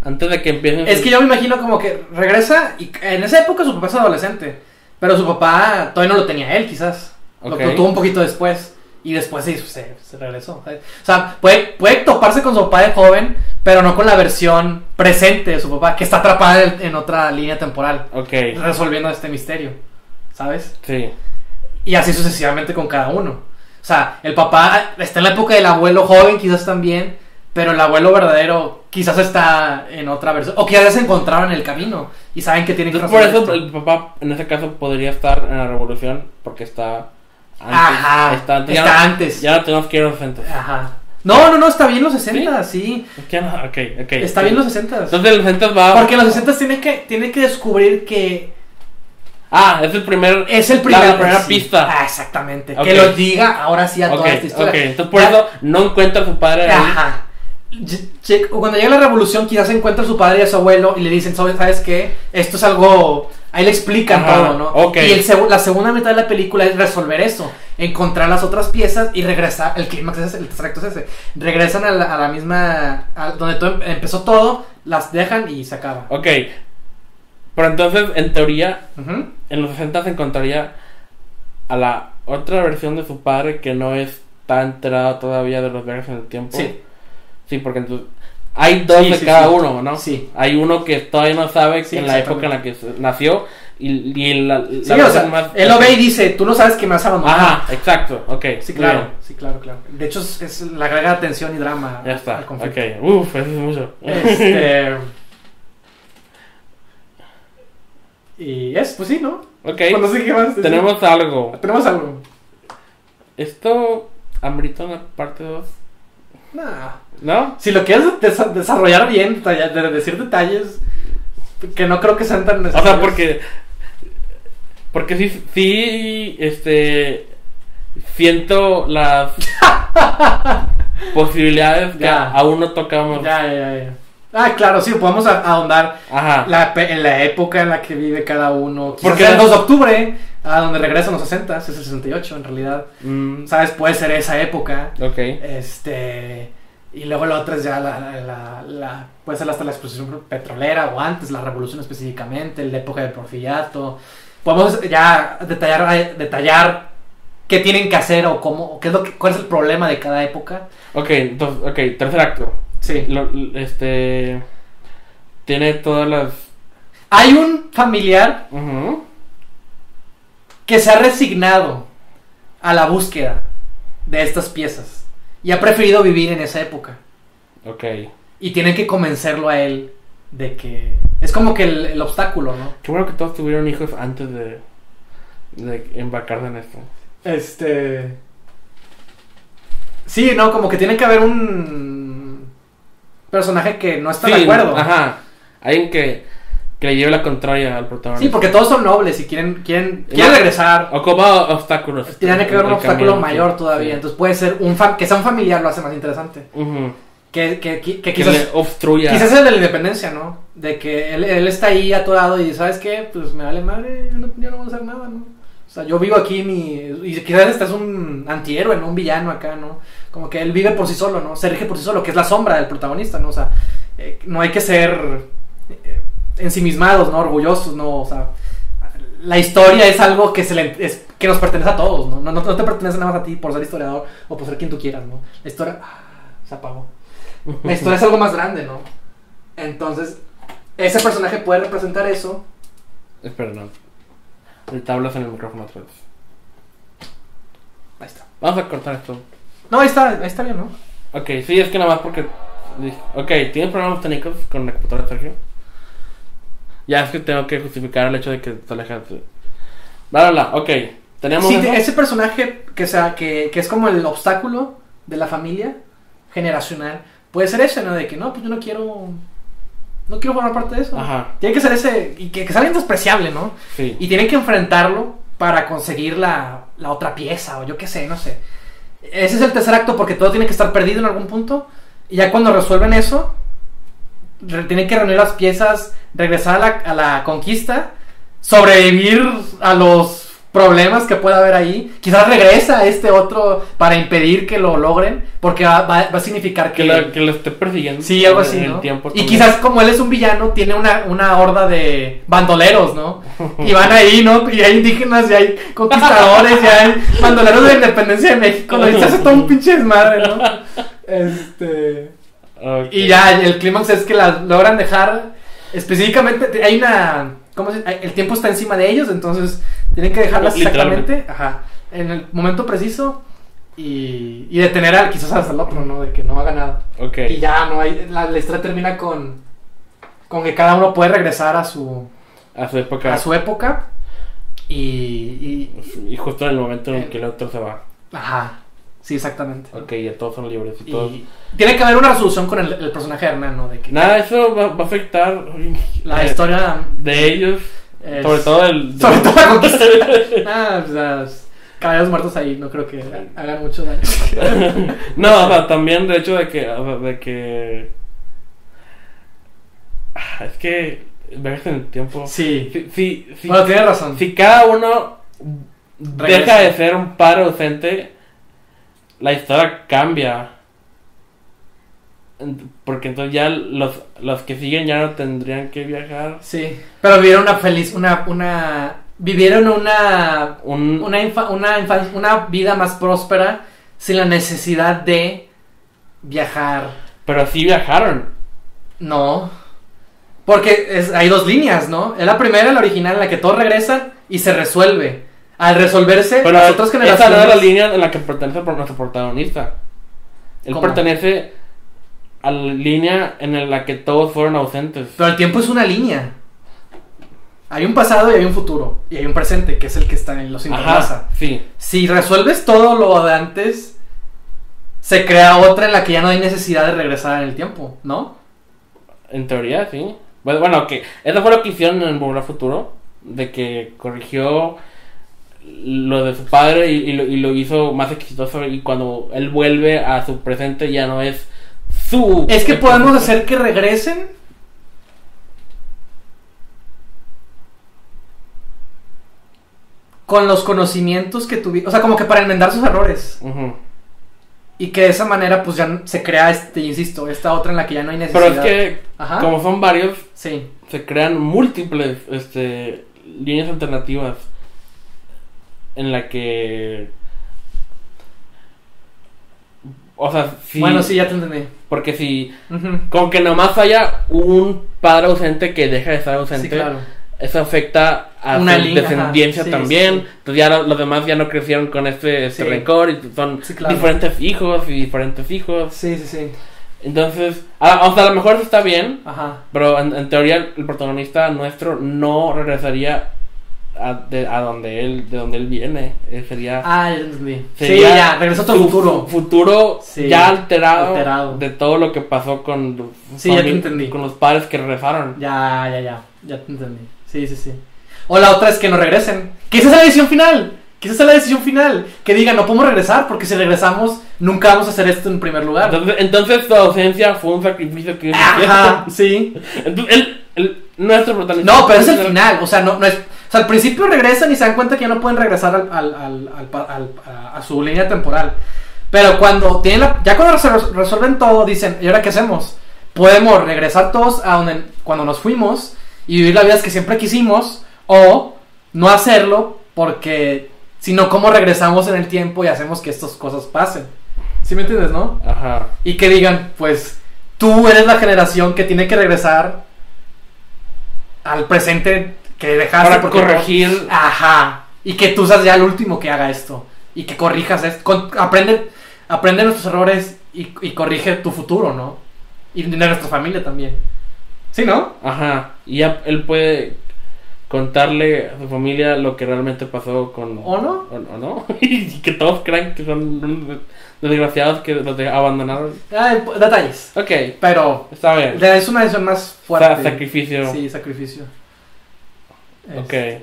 S1: Antes de que empiecen.
S2: Es que yo me imagino como que regresa y en esa época su papá es adolescente, pero su papá todavía no lo tenía él, quizás. Lo-
S1: Ok.
S2: Lo, tuvo un poquito después y después se, se, se regresó. ¿sabes? O sea, puede, puede toparse con su papá de joven, pero no con la versión presente de su papá, que está atrapada en, en otra línea temporal,
S1: Ok,
S2: resolviendo este misterio, ¿sabes?
S1: sí.
S2: Y así sucesivamente con cada uno. O sea, el papá está en la época del abuelo joven, quizás también, pero el abuelo verdadero quizás está en otra versión. O quizás se encontraron en el camino y saben que tienen que
S1: Entonces, por
S2: resolver
S1: eso
S2: esto.
S1: el papá, en ese caso, podría estar en la revolución porque está. Antes,
S2: Ajá,
S1: Está antes.
S2: está
S1: ya, no-
S2: antes.
S1: Ya no tenemos que ir a los 60.
S2: Ajá. No, no, no, está bien los 60, sí.
S1: Es que ya no- ok, ok.
S2: Está
S1: ok.
S2: bien los 60.
S1: Eh, Entonces, los 60 va.
S2: Porque los 60 tienen que, tienen que descubrir que
S1: Ah, es el primer.
S2: es el primer.
S1: La, la primera
S2: sí.
S1: pista.
S2: Ah, exactamente.
S1: Ok.
S2: Que lo diga ahora sí a
S1: ok,
S2: toda esta historia.
S1: ok. Entonces, por
S2: Ya-
S1: eso no encuentra a su padre. ahí.
S2: Ajá. Ye- che- o Cuando llega la revolución, quizás encuentra a su padre y a su abuelo y le dicen, "Sabe- ¿sabes qué? Esto es algo... Ahí le explican
S1: Ajá,
S2: todo, ¿no?
S1: ok.
S2: Y el seg- la segunda mitad de la película es resolver eso. Encontrar las otras piezas y regresar... El clímax es ese, el extracto es ese. Regresan a la, a la misma... a donde todo em- empezó todo, las dejan y se acaba.
S1: Ok. Pero entonces, en teoría,
S2: Ujú.
S1: en los 60 se encontraría a la otra versión de su padre que no está enterado todavía de los viajes en el tiempo.
S2: Sí.
S1: Sí, porque entonces hay dos
S2: Sí,
S1: de
S2: sí,
S1: cada
S2: sí.
S1: uno, ¿no?
S2: Sí.
S1: Hay uno que todavía no sabe
S2: Sí,
S1: en la época en la que se- nació y, y en la, la
S2: Sí, o sea,
S1: versión más-
S2: él lo ve y dice, tú no sabes que me has abandonado.
S1: Ajá, exacto, ok.
S2: Sí,
S1: muy
S2: claro.
S1: bien.
S2: Sí, claro, claro. De hecho, es, es la agrega tensión y drama
S1: Ya está,
S2: al
S1: ok.
S2: conflicto.
S1: Uf, eso es mucho.
S2: Este. y es, pues sí, ¿no?
S1: ok,
S2: Pues no sé qué más. decir.
S1: tenemos algo.
S2: ¿Tenemos algo.
S1: Esto, Hambrito en la parte 2,
S2: Nah.
S1: ¿no?
S2: Si lo quieres desa- desarrollar bien, detalla- de decir detalles que no creo que sean tan
S1: O
S2: necesarios.
S1: sea, porque. Porque sí, sí, este. Siento las posibilidades que
S2: Ya.
S1: aún no tocamos.
S2: Ya, ya, ya. Ah, claro, sí, podemos a- ahondar
S1: Ajá.
S2: la pe- en la época en la que vive cada uno. Porque
S1: Porque
S2: el
S1: la-
S2: 2 de octubre, a donde regresan los 60, es el 68 en realidad.
S1: Mm,
S2: ¿Sabes? Puede ser esa época.
S1: ok.
S2: Este. Y luego la otra es ya la. la, la- la- puede ser hasta la exposición petrolera o antes, la revolución específicamente, la época del porfiriato. Podemos ya detallar, detallar qué tienen que hacer o cómo, o qué es lo que- cuál es el problema de cada época.
S1: Ok, entonces, ok, tercer acto.
S2: Sí.
S1: Lo- este. Tiene todas las.
S2: Hay un familiar
S1: Ujú.
S2: que se ha resignado a la búsqueda de estas piezas y ha preferido vivir en esa época.
S1: Ok.
S2: Y tienen que convencerlo a él de que. Es como que el- el obstáculo, ¿no?
S1: Qué bueno que todos tuvieron hijos antes de. de embarcarse en esto.
S2: Este. Sí, no, como que tiene que haber un personaje que no está
S1: Sí,
S2: de acuerdo.
S1: Ajá. Alguien que. que le lleve la contraria al protagonista.
S2: Sí, porque todos son nobles y quieren, quieren,
S1: Y
S2: quieren
S1: no-
S2: regresar.
S1: Ocupa obstáculos.
S2: Tiene que haber un
S1: Oh, pues, El
S2: obstáculo
S1: camino,
S2: mayor
S1: sí.
S2: todavía.
S1: Sí.
S2: Entonces puede ser un fam- que sea un familiar lo hace más interesante.
S1: Ujú.
S2: Que, que, que- que
S1: Que
S2: quizás,
S1: le obstruya.
S2: quizás es el de la independencia, ¿no? De que él, él está ahí a tu lado y sabes qué, pues me vale madre, yo no, yo no voy a hacer nada, ¿no? O sea, yo vivo aquí mi... Y quizás este es un antihéroe, ¿no? Un villano acá, ¿no? Como que él vive por sí solo, ¿no? Se rige por sí solo, que es la sombra del protagonista, ¿no? O sea, eh, no hay que ser eh, ensimismados, ¿no? Orgullosos, ¿no? O sea, la historia es algo que, se le- es- que nos pertenece a todos, ¿no? No, no- no te pertenece nada más a ti por ser historiador o por ser quien tú quieras, ¿no? La historia... ah, se apagó. La historia es algo más grande, ¿no? Entonces, ese personaje puede representar eso.
S1: Espera, no. El tablas en el micrófono otra vez.
S2: Ahí está.
S1: Vamos a cortar esto.
S2: No, ahí está, ahí está bien, ¿no?
S1: Ok, sí, es que nada más porque. dije- Ok, ¿tienes problemas técnicos con la computadora, Sergio? Ya es que tengo que justificar el hecho de que te alejaste. Bla, bla, bla, ok. Tenemos.
S2: Sí,
S1: eso?
S2: te- ese personaje que, sea, que, que es como el obstáculo de la familia generacional, puede ser ese, ¿no? De que no, pues yo no quiero. No quiero formar parte de eso.
S1: Ajá,
S2: Tiene que ser ese. Y que, que sea alguien despreciable, ¿no?
S1: sí.
S2: Y tienen que enfrentarlo para conseguir la, la otra pieza, o yo qué sé, no sé. Ese es el tercer acto porque todo tiene que estar perdido en algún punto. Y ya cuando resuelven eso, re- tienen que reunir las piezas, regresar a la, a la conquista, sobrevivir a los problemas que pueda haber ahí. Quizás regresa este otro para impedir que lo logren, porque va, va- va a significar que...
S1: Que, la- que lo esté persiguiendo.
S2: Sí, algo
S1: en
S2: así,
S1: el
S2: ¿no?
S1: tiempo
S2: y
S1: también.
S2: quizás como él es un villano, tiene una, una horda de bandoleros, ¿no? Y van ahí, ¿no? Y hay indígenas, y hay conquistadores, y hay bandoleros de la independencia de México, ¿no? Y se hace todo un pinche desmadre, ¿no? Este...
S1: Ok.
S2: Y ya, el clímax es que la logran dejar. Específicamente, te- hay una. ¿Cómo se dice? El tiempo está encima de ellos, entonces tienen que dejarlas
S1: Literalmente.
S2: exactamente. Ajá. En el momento preciso. Y, y detener al quizás hasta el otro, ¿no? De que no haga nada.
S1: Ok.
S2: Y ya, no hay. La, la historia termina con. Con que cada uno puede regresar a su.
S1: A su época.
S2: A su época. Y. y-
S1: Y justo en el momento
S2: Eh.
S1: en el que el otro se va.
S2: ajá. Sí, exactamente.
S1: Ok, ya todos son libres y todos.
S2: Y tiene que haber una resolución con el, el personaje de Hernán, ¿no? De que
S1: Nada, eso va, va a afectar.
S2: la
S1: eh,
S2: historia.
S1: De ellos.
S2: es-
S1: Sobre todo el.
S2: Sobre todo la conquista. Ah, o sea, los caballeros muertos ahí no creo que ha- hagan mucho daño.
S1: no, o sea, también de hecho de que. o sea, de que. Ah, Es que. Viajes en el tiempo.
S2: Sí.
S1: Si, si, si,
S2: Bueno, tienes razón.
S1: si cada uno deja
S2: Regresa.
S1: de ser un par ausente, la historia cambia. Ent- Porque entonces ya los, los que siguen ya no tendrían que viajar.
S2: Sí. Pero vivieron una feliz, una, una, vivieron una,
S1: Un,
S2: una, infa- una, infan- una vida más próspera sin la necesidad de viajar.
S1: Pero sí viajaron.
S2: No. Porque es- hay dos líneas, ¿no? Es la primera, la original, en la que todos regresan y se resuelve. Al resolverse,
S1: Pero
S2: las otras
S1: esa no
S2: generaciones...
S1: es la línea en la que pertenece por nuestro protagonista. Él
S2: ¿Cómo?
S1: pertenece a la línea en la que todos fueron ausentes.
S2: Pero el tiempo es una línea. Hay un pasado y hay un futuro. Y hay un presente, que es el que está en los interlaza.
S1: Ajá, sí.
S2: Si resuelves todo lo de antes, se crea otra en la que ya no hay necesidad de regresar en el tiempo, ¿no?
S1: En teoría, sí. Bueno, bueno, que eso fue lo que hicieron en Volver al Futuro, de que corrigió lo de su padre y, y lo, y lo hizo más exitoso y cuando él vuelve a su presente ya no es su...
S2: Es que podemos hacer que regresen. Con los conocimientos que tuvieron. O sea, como que para enmendar sus errores.
S1: Ujú.
S2: Y que de esa manera, pues ya se crea, este, insisto, esta otra en la que ya no hay
S1: Pero
S2: necesidad. Ah.
S1: es que,
S2: Ajá.
S1: como son varios,
S2: Sí.
S1: se crean múltiples este, líneas alternativas en la que... O sea, sí,
S2: Bueno, sí, ya te entendí.
S1: porque si
S2: Ujú.
S1: Con que nomás haya un padre ausente que deja de estar ausente,
S2: Sí, claro.
S1: eso afecta a
S2: Una
S1: su
S2: línea, ajá,
S1: descendencia
S2: sí,
S1: también.
S2: sí, sí.
S1: Entonces ya lo- los demás ya no crecieron con este, este
S2: Sí.
S1: rencor y son
S2: Sí, claro.
S1: diferentes hijos y diferentes hijos.
S2: Sí, sí, sí.
S1: Entonces, a, o sea, a lo mejor eso está bien,
S2: Ajá.
S1: pero en, en teoría el protagonista nuestro no regresaría a, de- a donde él de donde él viene. Eh, sería
S2: Ah, ya te entendí. Sí,
S1: sería
S2: ya, regresó a tu
S1: su-
S2: futuro.
S1: su Futuro
S2: Sí,
S1: ya alterado,
S2: alterado.
S1: de todo lo que pasó con los,
S2: Sí, ya te
S1: fami-
S2: entendí.
S1: con los padres que regresaron.
S2: Ya, ya, ya. Ya te entendí. Sí, sí, sí. O la otra es que no regresen. Que esa es la decisión final. Que esa es la decisión final. Que digan, no podemos regresar porque si regresamos, nunca vamos a hacer esto en primer lugar.
S1: Entonces, entonces su ausencia fue un sacrificio que ellos
S2: Ajá, sí.
S1: hicieron. Entonces, el- el- nuestro protagonista.
S2: No, pero es el final. O sea, no, no es. O sea, al principio regresan y se dan cuenta que ya no pueden regresar al, al- al- al pa- al- a, a su línea temporal. Pero cuando tienen la- ya cuando resol- resuelven todo, dicen, ¿y ahora qué hacemos? Podemos regresar todos a donde cuando nos fuimos y vivir la vida que siempre quisimos, o no hacerlo, porque si no, ¿cómo regresamos en el tiempo y hacemos que estas cosas pasen? ¿Sí me entiendes, no?
S1: Ajá.
S2: Y que digan, pues, tú eres la generación que tiene que regresar al presente que dejaste
S1: Para
S2: porque-
S1: corregir.
S2: Ajá. Y que tú seas ya el último que haga esto. Y que corrijas esto. Con- aprende, aprende nuestros errores y, y corrige tu futuro, ¿no? Y de nuestra familia también. ¿Sí, no?
S1: Ajá. Y ya él puede contarle a su familia lo que realmente pasó con.
S2: ¿O no?
S1: ¿O, o no? y que todos crean que son unos desgraciados que los de- abandonaron.
S2: Ah, p- detalles.
S1: Ok,
S2: Pero
S1: está bien.
S2: le es una decisión más
S1: Sa-
S2: fuerte.
S1: sacrificio.
S2: Sí, sacrificio.
S1: Ok,
S2: Es-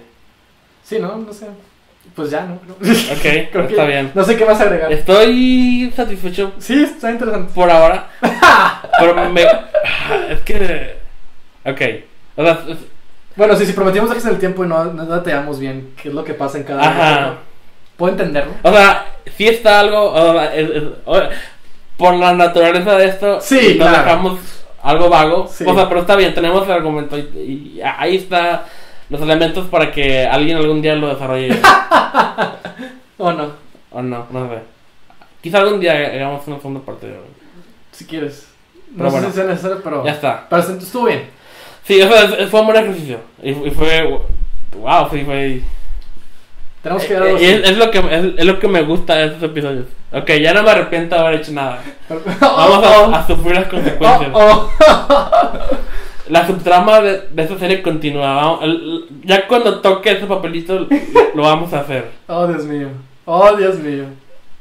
S2: Sí, ¿no? No sé. Pues ya, ¿no?
S1: ok,
S2: Creo que-
S1: está bien.
S2: No sé qué más agregar.
S1: Estoy satisfecho
S2: Sí, está interesante.
S1: por ahora. pero me. Es que. Ok. O sea, es-
S2: Bueno, sí, si prometimos viajes en el tiempo y no, no detallamos bien qué es lo que pasa en cada
S1: Ajá.
S2: uno, Puedo entenderlo.
S1: O sea, si está algo. o sea, es- es- o- por la naturaleza de esto,
S2: Sí,
S1: nos
S2: claro.
S1: dejamos algo vago.
S2: Sí.
S1: O sea, pero está bien, tenemos el argumento y, y ahí está los elementos para que alguien algún día lo desarrolle.
S2: O no,
S1: o no, no sé. Quizá algún día hagamos una segunda parte.
S2: si quieres.
S1: Pero
S2: no
S1: bueno.
S2: sé si sea necesario, pero.
S1: Ya está.
S2: Pero se- estuvo bien.
S1: Sí, o sea, es- fue un buen ejercicio. Y, y fue. ¡Wow! Sí, fue.
S2: Tenemos que
S1: Eh,
S2: ver algo
S1: eh,
S2: así.
S1: es, es lo que, es, es lo que me gusta de estos episodios. Ok, ya no me arrepiento de haber hecho nada. Vamos a, a sufrir las consecuencias.
S2: Oh,
S1: La subtrama de, de esta serie continúa. vamos- el- el- ya cuando toque ese papelito, lo vamos a hacer.
S2: oh, oh, Dios mío. Oh, Dios mío.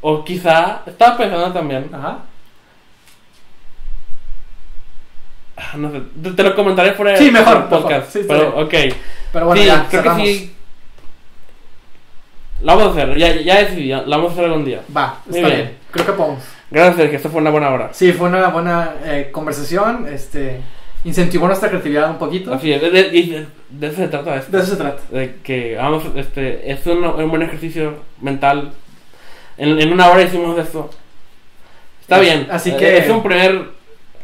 S1: O quizá, estaba pensando también,
S2: Ajá.
S1: ah, no sé, te, te lo comentaré fuera
S2: Sí, mejor,
S1: del podcast.
S2: mejor, sí, está
S1: pero, ok.
S2: Pero bueno,
S1: sí,
S2: ya,
S1: creo
S2: cerramos.
S1: que sí. La vamos a hacer, ya, ya decidí, la vamos a hacer algún día.
S2: Va,
S1: Muy
S2: está bien.
S1: bien.
S2: Creo que podemos.
S1: Gracias, que esta fue una buena hora.
S2: Sí, fue una buena eh, conversación. Este, incentivó nuestra creatividad un poquito.
S1: Así es, de, de- de- de eso se trata esto.
S2: De eso se trata.
S1: de que vamos, este, es un, un buen ejercicio mental. En, en una hora hicimos esto. Está
S2: Es-
S1: bien.
S2: así
S1: Eh,
S2: que-
S1: Es un primer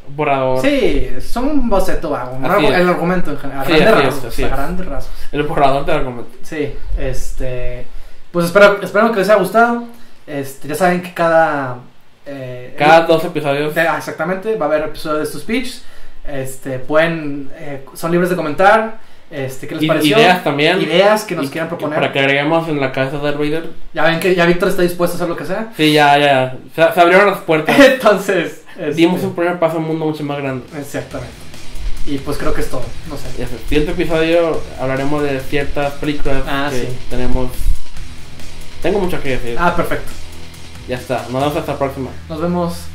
S1: borrador.
S2: Sí, es un boceto, va, un
S1: Así
S2: argu-
S1: es.
S2: el argumento en general. A
S1: Sí,
S2: grandes
S1: así es,
S2: rasgos.
S1: así
S2: a
S1: es.
S2: grandes rasgos.
S1: El borrador te lo comento.
S2: Sí, este. Pues espero, espero que les haya gustado. Este, ya saben que cada. eh,
S1: Cada dos episodios.
S2: de- ah, exactamente, va a haber episodio de sus pitch. Este, pueden. eh, son libres de comentar. Este, ¿qué les
S1: i-
S2: pareció?
S1: Ideas también.
S2: Ideas que nos
S1: Y-
S2: quieran proponer.
S1: Para que agreguemos en la cabeza de Raider.
S2: Ya ven que ya Víctor está dispuesto a hacer lo que sea.
S1: Sí, ya, ya. Se, se abrieron las puertas.
S2: Entonces. este,
S1: Dimos un primer paso a un mundo mucho más grande.
S2: Exactamente. Y pues creo que es todo. No sé.
S1: Y en el siguiente episodio hablaremos de ciertas películas
S2: Ah,
S1: que
S2: sí.
S1: tenemos. Tengo mucho que decir.
S2: Ah, perfecto.
S1: Ya está. Nos vemos hasta la próxima.
S2: Nos vemos.